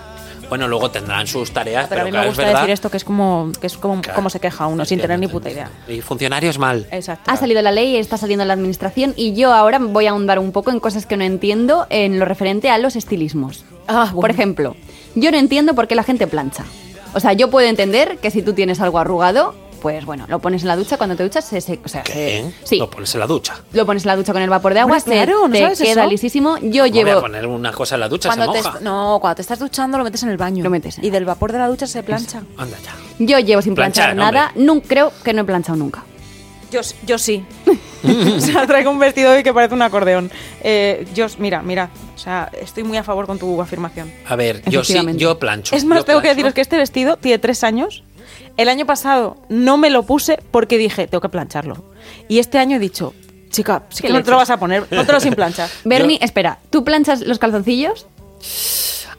Speaker 2: Bueno, luego tendrán sus tareas, pero,
Speaker 3: Pero a mí me
Speaker 2: claro,
Speaker 3: gusta
Speaker 2: es verdad.
Speaker 3: decir esto, que es como, que es como,
Speaker 2: Claro.
Speaker 3: como se queja uno, sin tener ni
Speaker 2: Entiendo,
Speaker 3: puta idea.
Speaker 2: entiendo. Y funcionarios mal.
Speaker 3: Exacto.
Speaker 1: Ha salido la ley, está saliendo la administración y yo ahora voy a ahondar un poco en cosas que no entiendo en lo referente a los estilismos.
Speaker 3: Ah, bueno.
Speaker 1: Por ejemplo, yo no entiendo por qué la gente plancha. O sea, yo puedo entender que si tú tienes algo arrugado, pues bueno, lo pones en la ducha, cuando te duchas se seca. O sea,
Speaker 2: ¿Qué?
Speaker 1: se- sí.
Speaker 2: Lo pones en la ducha.
Speaker 1: Lo pones en la ducha con el vapor de agua,
Speaker 3: Hombre, claro,
Speaker 1: se
Speaker 3: ¿no
Speaker 1: te
Speaker 3: sabes
Speaker 1: queda
Speaker 3: eso?
Speaker 1: lisísimo. Yo
Speaker 2: ¿Cómo Voy a
Speaker 1: llevo...
Speaker 2: poner una cosa en la ducha, se
Speaker 3: Cuando te
Speaker 2: moja.
Speaker 3: est- no, cuando te estás duchando lo metes en el baño.
Speaker 1: Lo metes en
Speaker 3: Y
Speaker 1: el
Speaker 3: del vapor de la ducha se plancha.
Speaker 2: Anda ya.
Speaker 1: Yo llevo sin planchar,
Speaker 2: Planchar,
Speaker 1: nada, nun- creo que no he planchado nunca.
Speaker 3: Yo, s- yo sí. o sea, traigo un vestido hoy que parece un acordeón. Eh, yo, mira, mira, o sea, estoy muy a favor con tu afirmación.
Speaker 2: A ver, yo sí,
Speaker 1: Efectivamente.
Speaker 2: yo plancho.
Speaker 3: Es más,
Speaker 2: yo
Speaker 3: tengo que
Speaker 2: plancho.
Speaker 3: deciros que este vestido tiene tres años. El año pasado no me lo puse porque dije, tengo que plancharlo. Y este año he dicho, chica, sí que
Speaker 1: Qué
Speaker 3: no te lo
Speaker 1: leches.
Speaker 3: vas a poner, no te lo sin planchar.
Speaker 1: Bernie, espera, ¿tú planchas los calzoncillos?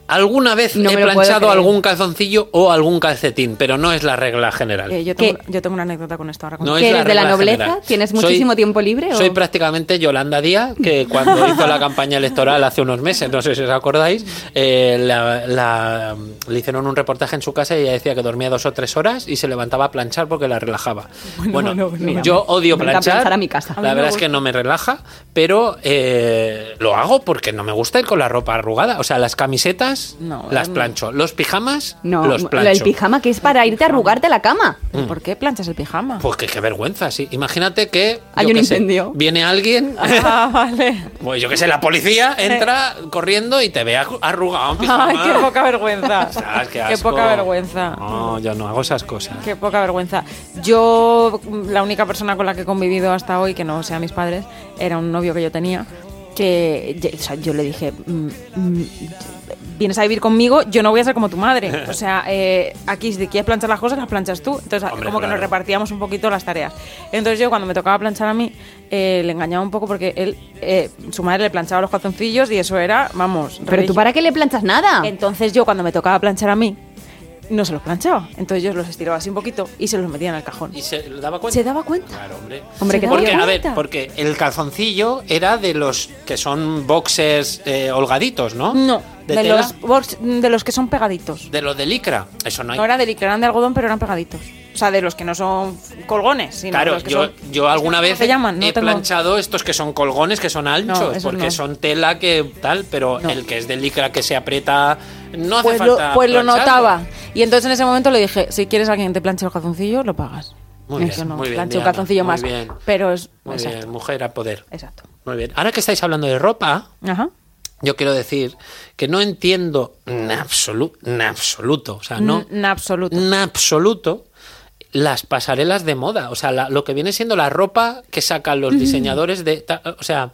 Speaker 2: Alguna vez
Speaker 1: No
Speaker 2: he
Speaker 1: me lo puedo
Speaker 2: planchado
Speaker 1: creer.
Speaker 2: algún calzoncillo o algún calcetín, pero no es la regla general.
Speaker 3: Eh, yo, tengo, yo tengo una anécdota con esto ahora. con-
Speaker 2: No
Speaker 1: ¿Que
Speaker 2: es
Speaker 1: eres de la
Speaker 2: regla
Speaker 1: nobleza?
Speaker 2: general.
Speaker 1: ¿Tienes
Speaker 2: Soy-
Speaker 1: muchísimo tiempo libre, o?
Speaker 2: Soy prácticamente Yolanda Díaz, que cuando hizo la campaña electoral hace unos meses, no sé si os acordáis, eh, la- la- le hicieron un reportaje en su casa y ella decía que dormía dos o tres horas y se levantaba a planchar porque la relajaba. Bueno,
Speaker 3: bueno, bueno.
Speaker 2: yo odio
Speaker 1: Venga,
Speaker 2: planchar.
Speaker 1: planchar a mi casa.
Speaker 3: A mí
Speaker 2: La
Speaker 3: me
Speaker 2: verdad es
Speaker 3: gusta.
Speaker 2: que no me relaja, pero eh, lo hago porque no me gusta ir con la ropa arrugada. O sea, las camisetas
Speaker 3: No,
Speaker 2: las
Speaker 3: no.
Speaker 2: plancho. Los pijamas
Speaker 1: em, No,
Speaker 2: los plancho.
Speaker 1: el pijama que es para irte a arrugarte a la cama.
Speaker 3: ¿Pero ¿Por qué planchas el pijama?
Speaker 2: Pues que qué vergüenza, sí. Imagínate que.
Speaker 1: Hay
Speaker 2: yo
Speaker 1: un
Speaker 2: qué sé,
Speaker 1: incendio.
Speaker 2: viene alguien,
Speaker 3: Ah, vale.
Speaker 2: pues yo qué sé, la policía entra corriendo y te ve arru- arrugado. en pijama.
Speaker 3: Ay, qué poca vergüenza.
Speaker 2: Ostras, qué
Speaker 3: qué
Speaker 2: asco.
Speaker 3: poca vergüenza.
Speaker 2: No, yo no hago esas cosas.
Speaker 3: Qué poca vergüenza. Yo, mm, la única persona con la que he convivido hasta hoy, que no sea mis padres, era un novio que yo tenía, que ye- o sea, yo le dije, "Mm, mm, vienes a vivir conmigo, yo no voy a ser como tu madre. O sea, eh, aquí si quieres planchar las cosas, las planchas tú. Entonces,
Speaker 2: Hombre,
Speaker 3: como que nos
Speaker 2: claro.
Speaker 3: repartíamos un poquito las tareas. Entonces yo cuando me tocaba planchar a mí, eh, le engañaba un poco porque él, eh, su madre le planchaba los calzoncillos y eso era, vamos,
Speaker 1: Pero tú
Speaker 3: religión.
Speaker 1: para qué le planchas
Speaker 2: Ah.
Speaker 1: nada.
Speaker 3: Entonces yo cuando me tocaba planchar a mí, no se los planchaba. Entonces yo los estiraba así un poquito y se los metía en el cajón.
Speaker 2: ¿Y se lo daba cuenta?
Speaker 3: ¿Se daba cuenta?
Speaker 2: Claro, hombre.
Speaker 1: Hombre,
Speaker 3: se
Speaker 1: que
Speaker 3: daba
Speaker 2: Porque, a
Speaker 3: cuenta.
Speaker 2: ver, porque el calzoncillo era de los que son boxers eh, holgaditos, ¿no?
Speaker 3: No,
Speaker 2: De,
Speaker 3: de,
Speaker 2: tela?
Speaker 3: los, box- de los que son pegaditos.
Speaker 2: De los de licra. Eso no hay.
Speaker 3: No era de licra, eran de algodón, pero eran pegaditos. O sea, de los que no son colgones, sino
Speaker 2: Claro,
Speaker 3: los que
Speaker 2: yo,
Speaker 3: son-
Speaker 2: yo alguna
Speaker 3: ¿cómo
Speaker 2: vez
Speaker 3: se llaman? No
Speaker 2: he
Speaker 3: tengo-
Speaker 2: planchado estos que son colgones, que son anchos,
Speaker 3: esos
Speaker 2: porque
Speaker 3: no.
Speaker 2: son tela que tal, pero
Speaker 3: No.
Speaker 2: el que es de licra que se aprieta, no hace
Speaker 3: Pues, lo,
Speaker 2: falta.
Speaker 3: pues lo
Speaker 2: plancharlo.
Speaker 3: notaba. Y entonces en ese momento le dije, si quieres alguien que te planche el calzoncillo, lo pagas.
Speaker 2: Muy
Speaker 3: Y
Speaker 2: bien,
Speaker 3: yo no,
Speaker 2: muy bien,
Speaker 3: planché un
Speaker 2: Diana,
Speaker 3: calzoncillo
Speaker 2: muy
Speaker 3: más.
Speaker 2: bien.
Speaker 3: Pero es...
Speaker 2: Muy
Speaker 3: exacto,
Speaker 2: bien, mujer a poder.
Speaker 3: exacto.
Speaker 2: Muy bien. Ahora que estáis hablando de ropa,
Speaker 3: Ajá.
Speaker 2: yo quiero decir que no entiendo en absoluto, en absoluto, o sea, Ah, no,
Speaker 3: Mm, En absoluto.
Speaker 2: en absoluto las pasarelas de moda, o sea, la- lo que viene siendo la ropa que sacan
Speaker 3: Mm.
Speaker 2: los diseñadores de, ta- o sea,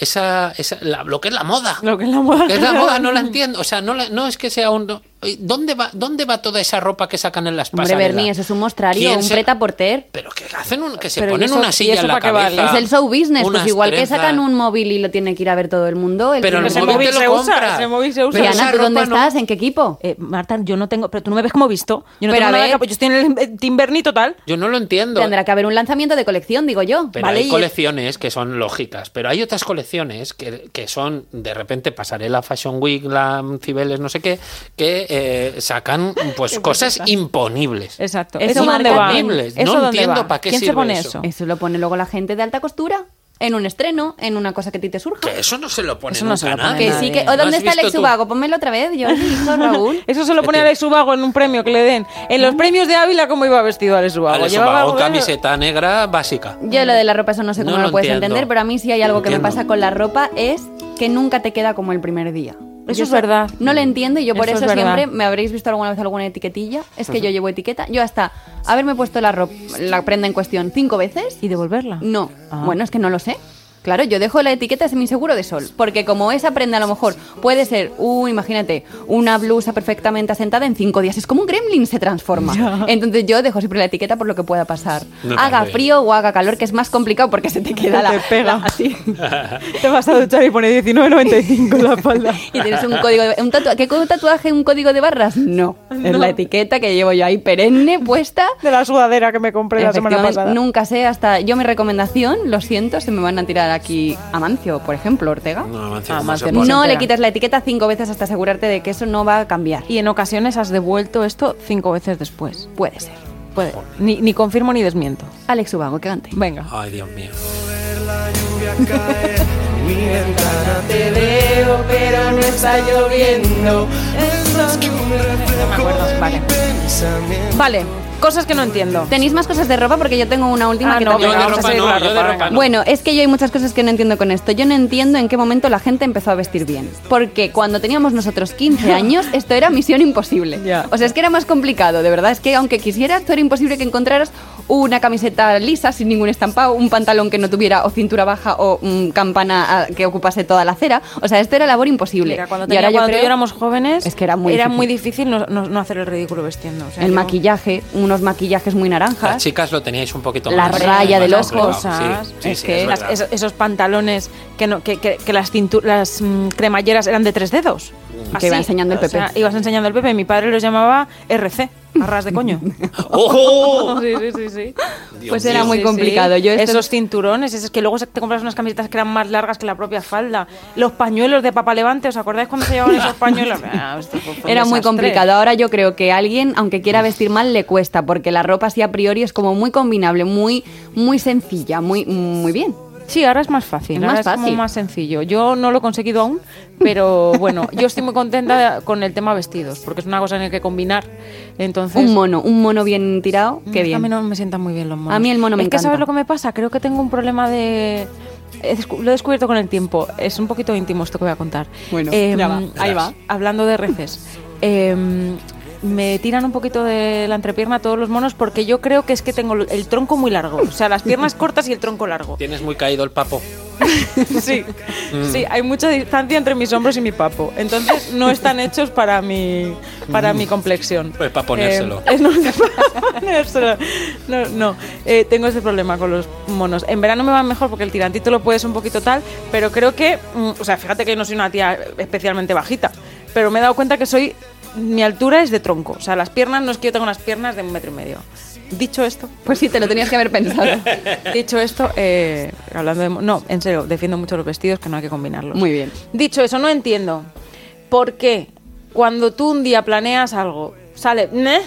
Speaker 2: esa, esa la- lo que es la moda.
Speaker 3: Lo que es la moda.
Speaker 2: Que es la moda, no la entiendo. O sea, no, la- no es que sea un. no- ¿Dónde va, ¿Dónde va toda esa ropa que sacan en las
Speaker 1: Hombre,
Speaker 2: pasarelas?
Speaker 1: Bernie, eso es un mostrario,
Speaker 2: ¿Quién
Speaker 1: un
Speaker 2: se-
Speaker 1: preta-porter.
Speaker 2: Pero que hacen un- que se
Speaker 3: Pero ¿y
Speaker 2: ponen
Speaker 3: eso-
Speaker 2: una
Speaker 3: y
Speaker 2: silla
Speaker 3: eso
Speaker 2: en la
Speaker 3: pa' qué
Speaker 2: cabeza.
Speaker 3: vale?
Speaker 1: Es el show business, pues
Speaker 2: unas
Speaker 1: igual que
Speaker 2: trenzas.
Speaker 1: sacan un móvil y lo tiene que ir a ver todo el mundo. el
Speaker 2: Pero
Speaker 1: primer
Speaker 2: el
Speaker 3: Ese
Speaker 1: segundo-
Speaker 2: móvil
Speaker 3: móvil
Speaker 2: te
Speaker 3: se
Speaker 2: lo
Speaker 3: usa,
Speaker 2: compra.
Speaker 3: ese móvil se usa.
Speaker 2: Pero
Speaker 1: Pero
Speaker 2: esa
Speaker 1: Ana, ¿tú dónde
Speaker 2: ropa no-
Speaker 1: estás? ¿En qué equipo?
Speaker 3: Eh, Marta, yo no tengo. Pero tú no me ves como visto. Yo no
Speaker 1: Pero a
Speaker 3: tengo nada
Speaker 1: ver.
Speaker 3: que apo- Yo estoy en el eh, Timberni total.
Speaker 2: Yo no lo entiendo.
Speaker 1: Tendrá que haber un lanzamiento de colección, digo yo.
Speaker 2: Pero
Speaker 3: Vale,
Speaker 2: hay
Speaker 3: y-
Speaker 2: colecciones que son lógicas, pero hay otras colecciones que, que son, de repente, pasarela Fashion Week, la Cibeles, no sé qué, que eh, sacan pues cosas imponibles.
Speaker 3: Exacto.
Speaker 1: Eso
Speaker 3: ¿Eso dónde
Speaker 1: marca
Speaker 3: va?
Speaker 2: Imponibles.
Speaker 3: ¿Eso
Speaker 2: no
Speaker 3: dónde
Speaker 2: entiendo
Speaker 3: va?
Speaker 2: para qué
Speaker 3: ¿Quién
Speaker 2: sirve
Speaker 3: se pone
Speaker 2: eso.
Speaker 3: eso?
Speaker 1: Eso lo pone luego la gente de alta costura, en un estreno, en una cosa que a ti te surja.
Speaker 2: Que eso no se lo pone
Speaker 3: Eso no se
Speaker 2: nunca
Speaker 3: lo
Speaker 2: nadie.
Speaker 3: pone
Speaker 1: Que
Speaker 3: Nadie.
Speaker 1: sí, que...
Speaker 2: ¿No
Speaker 1: ¿O
Speaker 2: has
Speaker 1: dónde está
Speaker 2: visto
Speaker 1: Alex
Speaker 2: tú?
Speaker 1: Ubago? Pónmelo otra vez, Jordi, hijo, Raúl.
Speaker 3: Eso se lo pone
Speaker 2: Vete.
Speaker 3: Alex Ubago en un premio que le den. En los premios de Ávila, ¿cómo iba vestido Alex Ubago?
Speaker 2: Alex
Speaker 3: Llevaba
Speaker 2: Ubago,
Speaker 3: algo de-
Speaker 2: camiseta negra básica.
Speaker 1: Yo lo de la ropa eso no sé cómo
Speaker 2: No
Speaker 1: lo,
Speaker 2: lo
Speaker 1: puedes
Speaker 2: entiendo.
Speaker 1: entender, pero a mí sí hay algo que me
Speaker 2: Entiendo.
Speaker 1: pasa con la ropa es que nunca te queda como el primer día.
Speaker 3: Eso
Speaker 1: Yo
Speaker 3: es verdad.
Speaker 1: No lo entiendo y yo por
Speaker 3: Eso
Speaker 1: eso,
Speaker 3: es verdad.
Speaker 1: siempre me habréis visto alguna vez alguna etiquetilla. Es que yo llevo etiqueta. Yo hasta haberme puesto la ropa, la prenda en cuestión cinco veces.
Speaker 3: ¿Y devolverla?
Speaker 1: No.
Speaker 3: Ah.
Speaker 1: Bueno, es que no lo sé. Claro, yo dejo la etiqueta en mi seguro de sol, porque como esa prenda a lo mejor puede ser, uh, imagínate, una blusa perfectamente asentada en cinco días, es como un gremlin se transforma. Entonces yo dejo siempre la etiqueta por lo que pueda pasar.
Speaker 2: Me
Speaker 1: haga
Speaker 2: parece bien.
Speaker 1: frío o haga calor, que es más complicado porque se te queda la,
Speaker 3: Te pega.
Speaker 1: la- así.
Speaker 3: Te vas a duchar y pone 19.95 en la espalda.
Speaker 1: Y tienes un código de, un tatua- ¿qué co- tatuaje, un código de barras? No, es la etiqueta que llevo yo ahí perenne puesta.
Speaker 3: De la sudadera que me compré la semana
Speaker 1: Efectivamente,
Speaker 3: pasada.
Speaker 1: nunca sé hasta yo mi recomendación, lo siento, se me van a tirar aquí Amancio, por ejemplo, Ortega.
Speaker 2: No, Amancio,
Speaker 3: Ah,
Speaker 2: ¿cómo se
Speaker 3: Amancio,
Speaker 2: pone?
Speaker 1: No
Speaker 3: entera.
Speaker 1: le quites la etiqueta cinco veces hasta asegurarte de que eso no va a cambiar. Y
Speaker 3: Y en ocasiones has devuelto esto cinco veces después.
Speaker 1: puede ser.
Speaker 3: Puede. Ni, ni confirmo ni desmiento.
Speaker 1: Alex Ubago, que cante.
Speaker 3: Venga.
Speaker 2: Ay, Dios mío.
Speaker 6: La lluvia cae en mi ventana.
Speaker 4: Te veo, pero no está lloviendo.
Speaker 6: Es más que un reflejo de mi pensamiento.
Speaker 3: Vale, Cosas que no entiendo.
Speaker 1: ¿Tenéis más cosas de ropa? Porque yo tengo una última
Speaker 3: Ah,
Speaker 1: que
Speaker 3: no,
Speaker 1: también-
Speaker 2: Yo
Speaker 3: venga,
Speaker 2: de
Speaker 3: vamos a
Speaker 2: ropa
Speaker 3: seguir
Speaker 2: no,
Speaker 3: con la
Speaker 2: yo de
Speaker 3: ropa,
Speaker 2: ropa
Speaker 3: venga.
Speaker 2: no.
Speaker 1: Bueno, es que yo hay muchas cosas que no entiendo con esto. Yo no entiendo en qué momento la gente empezó a vestir bien. Porque cuando teníamos nosotros 15 años, esto era misión imposible.
Speaker 3: Ya.
Speaker 1: O sea, es que era más complicado, de verdad. Es que aunque quisieras, esto era imposible que encontraras una camiseta lisa sin ningún estampado, un pantalón que no tuviera o cintura baja o mm, campana ah, que ocupase toda la acera. O sea, esto era labor imposible.
Speaker 3: Mira, cuando,
Speaker 1: y ahora
Speaker 3: tenía- cuando tú y
Speaker 1: yo
Speaker 3: yo
Speaker 1: creo
Speaker 3: éramos jóvenes,
Speaker 1: Es que era muy difícil.
Speaker 3: difícil no, no- no hacer el ridículo vestiendo. o sea,
Speaker 1: el
Speaker 3: yo-
Speaker 1: maquillaje, unos maquillajes muy naranjas.
Speaker 2: Las chicas lo teníais un poquito
Speaker 1: La
Speaker 2: más.
Speaker 1: raya
Speaker 2: más
Speaker 1: del
Speaker 2: complicado.
Speaker 1: ojo.
Speaker 3: Cosas,
Speaker 2: Sí, sí,
Speaker 3: es
Speaker 2: sí,
Speaker 3: que
Speaker 2: es
Speaker 3: las-
Speaker 2: verdad.
Speaker 3: esos, esos pantalones que, no, que, que- que las, cintu- las mm, cremalleras eran de tres dedos.
Speaker 1: Que iba enseñando el
Speaker 3: o sea,
Speaker 1: Pepe.
Speaker 3: ibas enseñando el Pepe. Mi padre los llamaba RC, arras de coño.
Speaker 1: Oh.
Speaker 2: ¡Ojo!
Speaker 3: sí, sí, sí, sí.
Speaker 2: Dios
Speaker 1: Pues
Speaker 2: mío.
Speaker 1: era muy complicado. Yo esto-
Speaker 3: Esos cinturones, esos que luego se- te compras unas camisetas que eran más largas que la propia falda. Los pañuelos de Papa Levante, ¿os acordáis cuando se llevaban esos pañuelos? Ah, esto fue- fue un
Speaker 1: Era muy
Speaker 3: desastre.
Speaker 1: complicado. Ahora yo creo que a alguien, aunque quiera vestir mal, le cuesta, porque la ropa así a priori es como muy combinable, muy, muy sencilla, muy, muy bien.
Speaker 3: Sí, ahora es más fácil,
Speaker 1: Es
Speaker 3: ahora
Speaker 1: más
Speaker 3: es como
Speaker 1: fácil.
Speaker 3: más sencillo. Yo no lo he conseguido aún, pero bueno, yo estoy muy contenta con el tema vestidos, porque es una cosa en la que combinar. Entonces,
Speaker 1: Un mono, un mono bien tirado,
Speaker 3: mm,
Speaker 1: qué bien.
Speaker 3: A mí no me sientan muy bien los monos.
Speaker 1: A mí el mono me
Speaker 3: es que
Speaker 1: encanta.
Speaker 3: sabes lo que me pasa, creo que tengo un problema de he descu- lo he descubierto con el tiempo. Es un poquito íntimo esto que voy a contar. Eh,
Speaker 1: Bueno, ya va, ahí va.
Speaker 3: Hablando de reces. em, me tiran un poquito de la entrepierna todos los monos porque yo creo que es que tengo el tronco muy largo. O sea, las piernas cortas y el tronco largo.
Speaker 2: Tienes muy caído el papo.
Speaker 3: Sí, sí, hay mucha distancia entre mis hombros y mi papo. Entonces no están hechos para mi, para mi complexión.
Speaker 2: Pues pa' ponérselo.
Speaker 3: Eh, no, pa' ponérselo. No, no. Eh, tengo ese problema con los monos. En verano me van mejor porque el tirantito lo puedes un poquito tal, pero creo que, mm, o sea, fíjate que yo no soy una tía especialmente bajita, pero me he dado cuenta que soy, mi altura es de tronco. O sea, las piernas no es que yo tenga unas piernas de un metro y medio. Dicho esto,
Speaker 1: Pues sí, te lo tenías que haber pensado.
Speaker 3: Dicho esto, eh, hablando de... mo- No, en serio, defiendo mucho los vestidos, que no hay que combinarlos.
Speaker 1: Muy bien.
Speaker 3: Dicho eso, no entiendo por qué cuando tú un día planeas algo, sale... "Neh",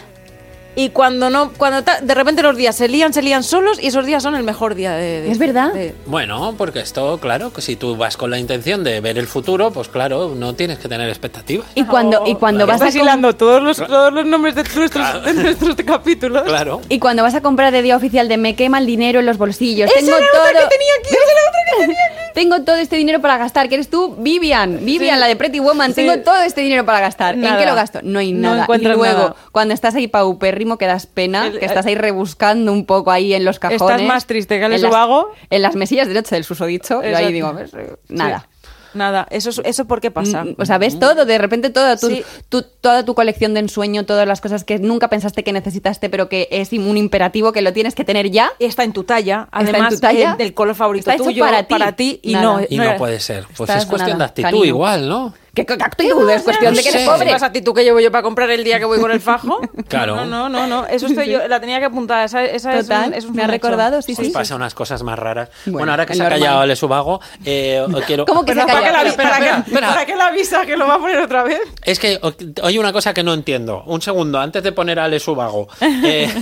Speaker 3: Y cuando no, cuando ta- de repente los días se lían, se lían solos y esos días son el mejor día de... de-
Speaker 1: Es verdad.
Speaker 3: de-
Speaker 2: Bueno, porque esto, claro, que si tú vas con la intención de ver el futuro, pues claro, no tienes que tener expectativas.
Speaker 1: Y cuando,
Speaker 2: Oh,
Speaker 1: y cuando vas a
Speaker 3: Estás
Speaker 1: com-
Speaker 3: hilando todos los, todos los nombres de nuestros, de nuestros capítulos.
Speaker 2: Claro.
Speaker 1: y cuando vas a comprar de día oficial de me quema el dinero en los bolsillos.
Speaker 3: Esa
Speaker 1: tengo
Speaker 3: era
Speaker 1: todo.
Speaker 3: otra que tenía aquí, esa era otra que tenía
Speaker 1: Tengo todo este dinero para gastar. ¿Quieres tú? Vivian, Vivian, la de Pretty Woman. Tengo todo este dinero para gastar. ¿En
Speaker 3: Nada.
Speaker 1: qué lo gasto? No hay
Speaker 3: No
Speaker 1: nada. y
Speaker 3: encuentras
Speaker 1: luego,
Speaker 3: nada.
Speaker 1: cuando estás ahí paupérrimo, que das pena,
Speaker 3: El- eh,
Speaker 1: que estás ahí rebuscando un poco ahí en los cajones.
Speaker 3: más triste que el
Speaker 1: en las-
Speaker 3: esvago.
Speaker 1: En las mesillas de noche del susodicho. Yo ahí
Speaker 3: Exacto.
Speaker 1: digo, a ver, eh, nada.
Speaker 3: Nada, eso, es- eso por qué pasa.
Speaker 1: Mm, O sea, ves todo, de repente toda tu,
Speaker 3: Sí.
Speaker 1: tu- toda tu colección de ensueño, todas las cosas que nunca pensaste que necesitaste, pero que es un imperativo que lo tienes que tener ya.
Speaker 3: está en tu talla,
Speaker 1: en
Speaker 3: además
Speaker 1: tu talla.
Speaker 3: eh, del color favorito
Speaker 1: Está hecho
Speaker 3: tuyo,
Speaker 1: para ti.
Speaker 3: y
Speaker 1: Nada.
Speaker 3: no,
Speaker 2: Y
Speaker 3: era-
Speaker 2: no puede ser. Pues
Speaker 1: Estás
Speaker 2: es cuestión
Speaker 1: nada,
Speaker 2: de actitud
Speaker 1: canino.
Speaker 2: igual, ¿no?
Speaker 1: ¿Qué, qué actitud? Es cuestión de que eres
Speaker 2: Sí.
Speaker 1: pobre.
Speaker 3: ¿Más actitud que llevo yo para comprar el día que voy con el fajo?
Speaker 2: Claro.
Speaker 3: No, no, no, no. Eso estoy yo, la tenía que apuntar. Esa, esa es
Speaker 1: Total,
Speaker 3: un- es un
Speaker 1: me ha
Speaker 3: hecho.
Speaker 1: recordado, sí,
Speaker 2: Os
Speaker 1: sí.
Speaker 2: pasa unas cosas más raras.
Speaker 1: Bueno,
Speaker 2: Bueno, ahora que
Speaker 1: el
Speaker 2: se ha
Speaker 1: normal.
Speaker 2: callado el subago, eh, os quiero...
Speaker 1: ¿Cómo que se ha
Speaker 3: Pero ¿Para qué la
Speaker 1: callado?
Speaker 3: vi-
Speaker 2: Espera,
Speaker 3: para
Speaker 2: espera,
Speaker 3: qué-
Speaker 2: espera.
Speaker 3: para qué la avisa que lo va a poner otra vez?
Speaker 2: Es que o- hay una cosa que no entiendo. Un segundo, antes de poner a Ale Subago. Eh,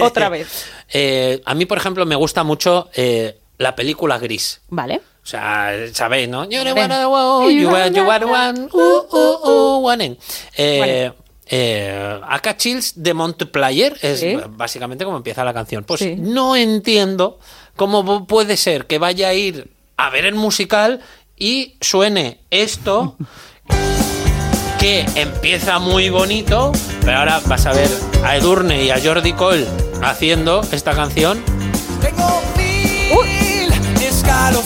Speaker 3: Otra vez.
Speaker 2: eh, a mí, por ejemplo, me gusta mucho eh, la película Gris.
Speaker 1: Vale.
Speaker 2: O sea, sabéis, ¿no? You don't wanna wow, you want- you want one, ooh, ooh, ooh, one in. Eh, eh, Aka Chills de Montplayer es
Speaker 3: Sí.
Speaker 2: básicamente como empieza la canción. Pues
Speaker 3: Sí.
Speaker 2: no entiendo cómo vo- puede ser que vaya a ir a ver el musical y suene esto que empieza muy bonito, pero ahora vas a ver a Edurne y a Jordi Cole haciendo esta canción
Speaker 6: Tengo mil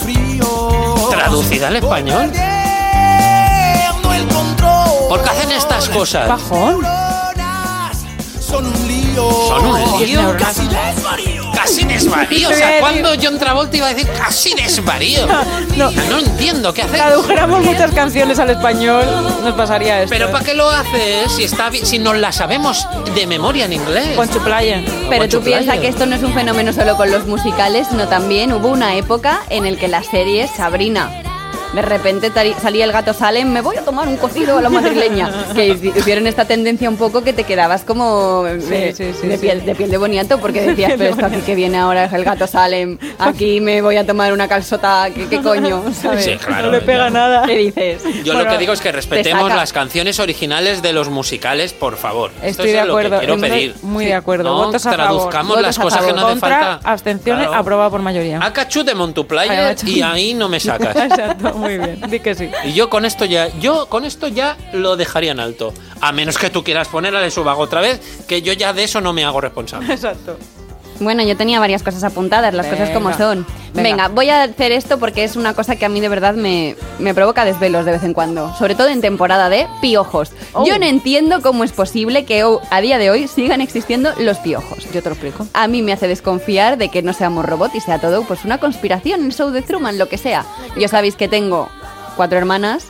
Speaker 6: escalofríos.
Speaker 2: traducida al español.
Speaker 6: Perdiendo el control.
Speaker 2: ¿Por qué hacen estas cosas?
Speaker 3: Bajón.
Speaker 6: Neuronas Son un lío.
Speaker 2: Son un lío.
Speaker 6: Casi desvarío.
Speaker 2: Casi desvarío. O
Speaker 3: Te voy a
Speaker 2: sea, cuando John Travolta iba a decir casi desvarío?
Speaker 3: No.
Speaker 2: O sea, no entiendo qué hace.
Speaker 3: Tradujéramos muchas canciones al español, nos pasaría esto. ¿eh?
Speaker 2: Pero ¿para qué lo hace si está bi- si nos la sabemos de memoria en inglés?
Speaker 3: Con su playa.
Speaker 1: Pero tú
Speaker 2: Guacho Flyer.
Speaker 1: piensas que esto no es un fenómeno solo con los musicales, sino también hubo una época en el que las series Sabrina, De repente tari- salía el gato Salem, me voy a tomar un cocido a la madrileña. Que hici- hicieron esta tendencia un poco que te quedabas como eh,
Speaker 3: sí, sí,
Speaker 1: de,
Speaker 3: sí.
Speaker 1: Piel, de piel de boniato porque decías,
Speaker 3: piel de
Speaker 1: pero esto aquí que viene ahora es el gato Salem, aquí me voy a tomar una calzota, ¿qué, qué coño? ¿sabes?
Speaker 2: Sí, claro.
Speaker 3: no le pega nada.
Speaker 1: ¿Qué dices?
Speaker 2: Yo
Speaker 3: Bueno,
Speaker 2: lo que digo es que respetemos
Speaker 1: saca.
Speaker 2: las canciones originales de los musicales, por favor. Esto
Speaker 3: Estoy
Speaker 2: es
Speaker 3: de
Speaker 2: lo
Speaker 3: acuerdo.
Speaker 2: que quiero
Speaker 3: estoy
Speaker 2: pedir.
Speaker 3: Muy de acuerdo.
Speaker 2: No
Speaker 3: Votos a favor.
Speaker 2: traduzcamos
Speaker 3: Votos
Speaker 2: las
Speaker 3: a
Speaker 2: cosas que
Speaker 3: favor.
Speaker 2: no hace
Speaker 3: Contra,
Speaker 2: falta.
Speaker 3: abstenciones,
Speaker 2: Claro. Ah.
Speaker 3: aprobado por mayoría.
Speaker 2: Acachú de Montuplayer
Speaker 3: Acachú.
Speaker 2: y ahí no me sacas.
Speaker 3: Exacto, muy bien. Di que sí.
Speaker 2: Y yo con esto ya, yo con esto ya lo dejaría en alto. A menos que tú quieras poner a Lesubago otra vez, que yo ya de eso no me hago responsable.
Speaker 3: Exacto.
Speaker 1: Bueno, yo tenía varias cosas apuntadas, las cosas como
Speaker 3: Venga,
Speaker 1: son.
Speaker 3: venga.
Speaker 1: Venga. voy a hacer esto porque es una cosa que a mí de verdad me, me provoca desvelos de vez en cuando, sobre todo en temporada de piojos.
Speaker 3: Oh.
Speaker 1: Yo no entiendo cómo es posible que oh, a día de hoy sigan existiendo los piojos.
Speaker 3: Yo te lo explico.
Speaker 1: A mí me hace desconfiar de que no seamos robot y sea todo pues una conspiración, el show de Truman, lo que sea. Ya sabéis que tengo cuatro hermanas,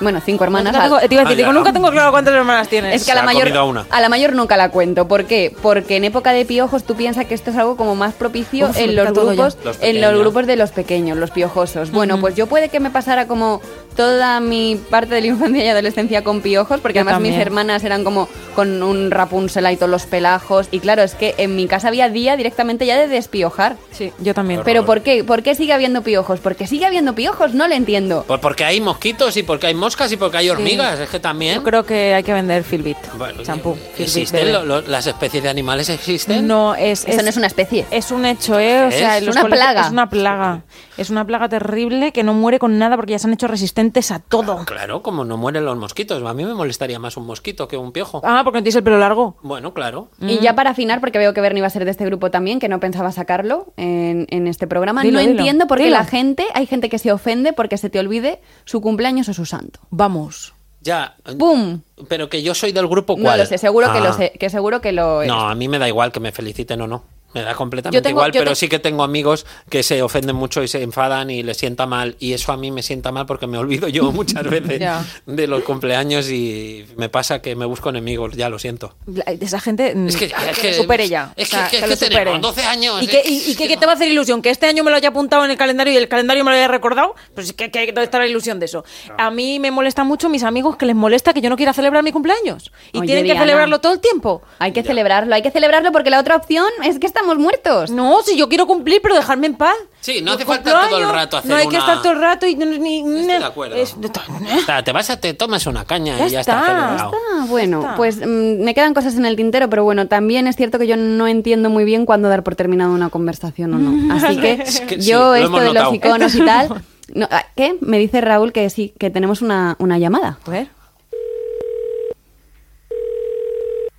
Speaker 1: bueno, cinco hermanas.
Speaker 3: Nunca tengo, te iba a decir, digo,
Speaker 2: Anda.
Speaker 3: nunca tengo claro cuántas hermanas tienes.
Speaker 1: Es que
Speaker 2: Se
Speaker 1: a la
Speaker 2: ha
Speaker 1: mayor
Speaker 2: comido a una.
Speaker 1: a la mayor nunca la cuento. ¿Por qué? Porque en época de piojos tú piensas que esto es algo como más propicio
Speaker 3: Uf,
Speaker 1: en
Speaker 3: me
Speaker 1: los
Speaker 3: está todo
Speaker 1: grupos,
Speaker 2: ya. Los
Speaker 1: en
Speaker 2: pequeños.
Speaker 1: los grupos de los pequeños, los piojosos. Bueno, pues yo puede que me pasara como toda mi parte de la infancia y adolescencia con piojos, porque
Speaker 3: Yo
Speaker 1: además
Speaker 3: también.
Speaker 1: mis hermanas eran como con un Rapunzel y todos los pelajos. Y claro, es que en mi casa había día directamente ya de despiojar.
Speaker 3: Sí, yo también.
Speaker 1: Pero ¿por qué? ¿Por qué sigue habiendo piojos? Porque sigue habiendo piojos, no le entiendo.
Speaker 2: Pues porque hay mosquitos y porque hay moscas y porque hay hormigas, es que también.
Speaker 3: Yo creo que hay que vender Filbit.
Speaker 2: Bueno,
Speaker 3: champú.
Speaker 2: ¿Existen
Speaker 3: Filbit,
Speaker 2: lo-
Speaker 3: bebé.
Speaker 2: lo- las especies de animales existen?
Speaker 3: No,
Speaker 2: Pues
Speaker 3: es,
Speaker 1: Eso no es una especie.
Speaker 3: Es un hecho, ¿eh? O
Speaker 2: ¿Qué
Speaker 3: sea,
Speaker 2: es?
Speaker 3: en los
Speaker 1: Una
Speaker 3: colegios-
Speaker 1: plaga.
Speaker 3: Es una plaga. Es una plaga terrible que no muere con nada porque ya se han hecho resistentes a todo.
Speaker 2: Ah, Claro, como no mueren los mosquitos. A mí me molestaría más un mosquito que un piojo.
Speaker 3: Ah, porque no tienes el pelo largo.
Speaker 2: Bueno, claro.
Speaker 1: Y
Speaker 3: Mm.
Speaker 1: ya para afinar, porque veo que Bernie va a ser de este grupo también, que no pensaba sacarlo en, en este programa,
Speaker 3: Dilo,
Speaker 1: no
Speaker 3: dilo,
Speaker 1: entiendo por qué
Speaker 3: dilo.
Speaker 1: la gente, hay gente que se ofende porque se te olvide su cumpleaños o su santo.
Speaker 3: Vamos.
Speaker 2: Ya.
Speaker 1: ¡Pum!
Speaker 2: Pero que yo soy del grupo
Speaker 1: No
Speaker 2: cuál.
Speaker 1: lo sé, seguro que lo
Speaker 2: Ah.
Speaker 1: sé, que seguro que lo
Speaker 2: No, a mí me da igual que me feliciten o no. Me da completamente
Speaker 1: Pues Yo tengo-
Speaker 2: igual,
Speaker 1: yo
Speaker 2: pero
Speaker 1: te-
Speaker 2: sí que tengo amigos que se ofenden mucho y se enfadan y les sienta mal. Y eso a mí me sienta mal porque me olvido yo muchas veces
Speaker 3: Ya.
Speaker 2: de los cumpleaños y me pasa que me busco enemigos, ya lo siento.
Speaker 3: La- Esa gente. mm,
Speaker 2: Es que- es que-
Speaker 3: lo supere ya.
Speaker 2: es
Speaker 3: O sea,
Speaker 2: que- es
Speaker 3: lo
Speaker 2: que tenemos
Speaker 3: supere.
Speaker 2: 12 años, ¿eh?
Speaker 3: ¿Y, que,
Speaker 2: es-
Speaker 3: y- y
Speaker 2: es
Speaker 3: que-
Speaker 2: que
Speaker 3: que
Speaker 2: no.
Speaker 3: te va a hacer ilusión? ¿Que este año me lo haya apuntado en el calendario y el calendario me lo haya recordado? Pues es que, que ¿dónde está la ilusión de eso? A mí me molesta mucho mis amigos que les molesta que yo no quiera celebrar mi cumpleaños. Y
Speaker 1: Oye,
Speaker 3: tienen que
Speaker 1: Diana.
Speaker 3: celebrarlo todo el tiempo.
Speaker 1: Hay que celebrarlo, hay que celebrarlo porque la otra opción es que estamos muertos.
Speaker 3: No, si yo quiero cumplir, pero dejarme en paz.
Speaker 2: Sí, no
Speaker 3: Los
Speaker 2: hace falta todo el
Speaker 3: cumpleaños,
Speaker 2: rato hacer
Speaker 3: No hay que
Speaker 2: una-
Speaker 3: estar todo el rato y... Ni, ni-
Speaker 2: Estoy de acuerdo.
Speaker 3: es-
Speaker 2: O sea, te vas a te tomas una caña
Speaker 3: Ya
Speaker 2: y ya está,
Speaker 3: está,
Speaker 2: celebrado.
Speaker 1: Ah, bueno,
Speaker 3: está.
Speaker 1: pues mm, me quedan cosas en el tintero, pero bueno, también es cierto que yo no entiendo muy bien cuándo dar por terminada una conversación o no. Así que,
Speaker 2: Es que sí, lo
Speaker 1: yo esto
Speaker 2: hemos
Speaker 1: de los
Speaker 2: notado.
Speaker 1: iconos y tal... no, ah, ¿Qué? Me dice Raúl que sí, que tenemos una, una llamada.
Speaker 3: ¿Eh? A ver.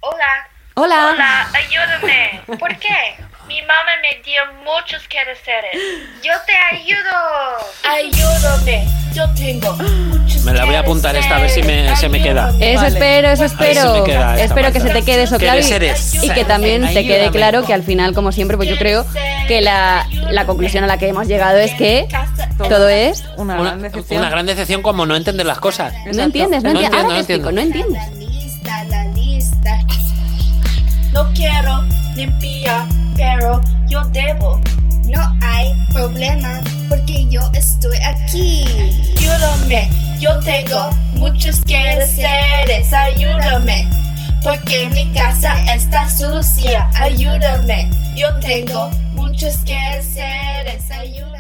Speaker 5: Hola.
Speaker 1: Hola.
Speaker 5: Hola, ayúdame. ¿Por qué? Mi mamá me dio muchos quehaceres. Yo te ayudo. Ayúdame. Yo tengo muchos
Speaker 2: Me la voy a apuntar esta, a ver si me- se me queda.
Speaker 5: queda.
Speaker 1: Eso espero, eso
Speaker 2: Ahí se
Speaker 1: espero.
Speaker 2: me queda esta
Speaker 1: espero que se
Speaker 2: marca.
Speaker 1: te quede eso
Speaker 2: Que
Speaker 1: claro
Speaker 2: les eres.
Speaker 1: y, y que también te quede claro que al final, como siempre, pues yo creo que la, la conclusión a la que hemos llegado es que todo es...
Speaker 3: Una,
Speaker 2: Una,
Speaker 3: gran decepción.
Speaker 2: una gran decepción como no entender las cosas.
Speaker 1: No entiendes, no,
Speaker 2: No
Speaker 1: entiendes.
Speaker 2: entiendo,
Speaker 1: Ahora te explico,
Speaker 2: no
Speaker 1: no entiendes.
Speaker 7: La lista, la lista.
Speaker 5: No quiero limpiar, pero yo debo.
Speaker 7: No hay problema porque yo estoy aquí.
Speaker 5: Ayúdame. Yo tengo muchos quehaceres. Ayúdame. Porque mi casa está sucia. Ayúdame. Yo tengo muchos quehaceres. Ayúdame.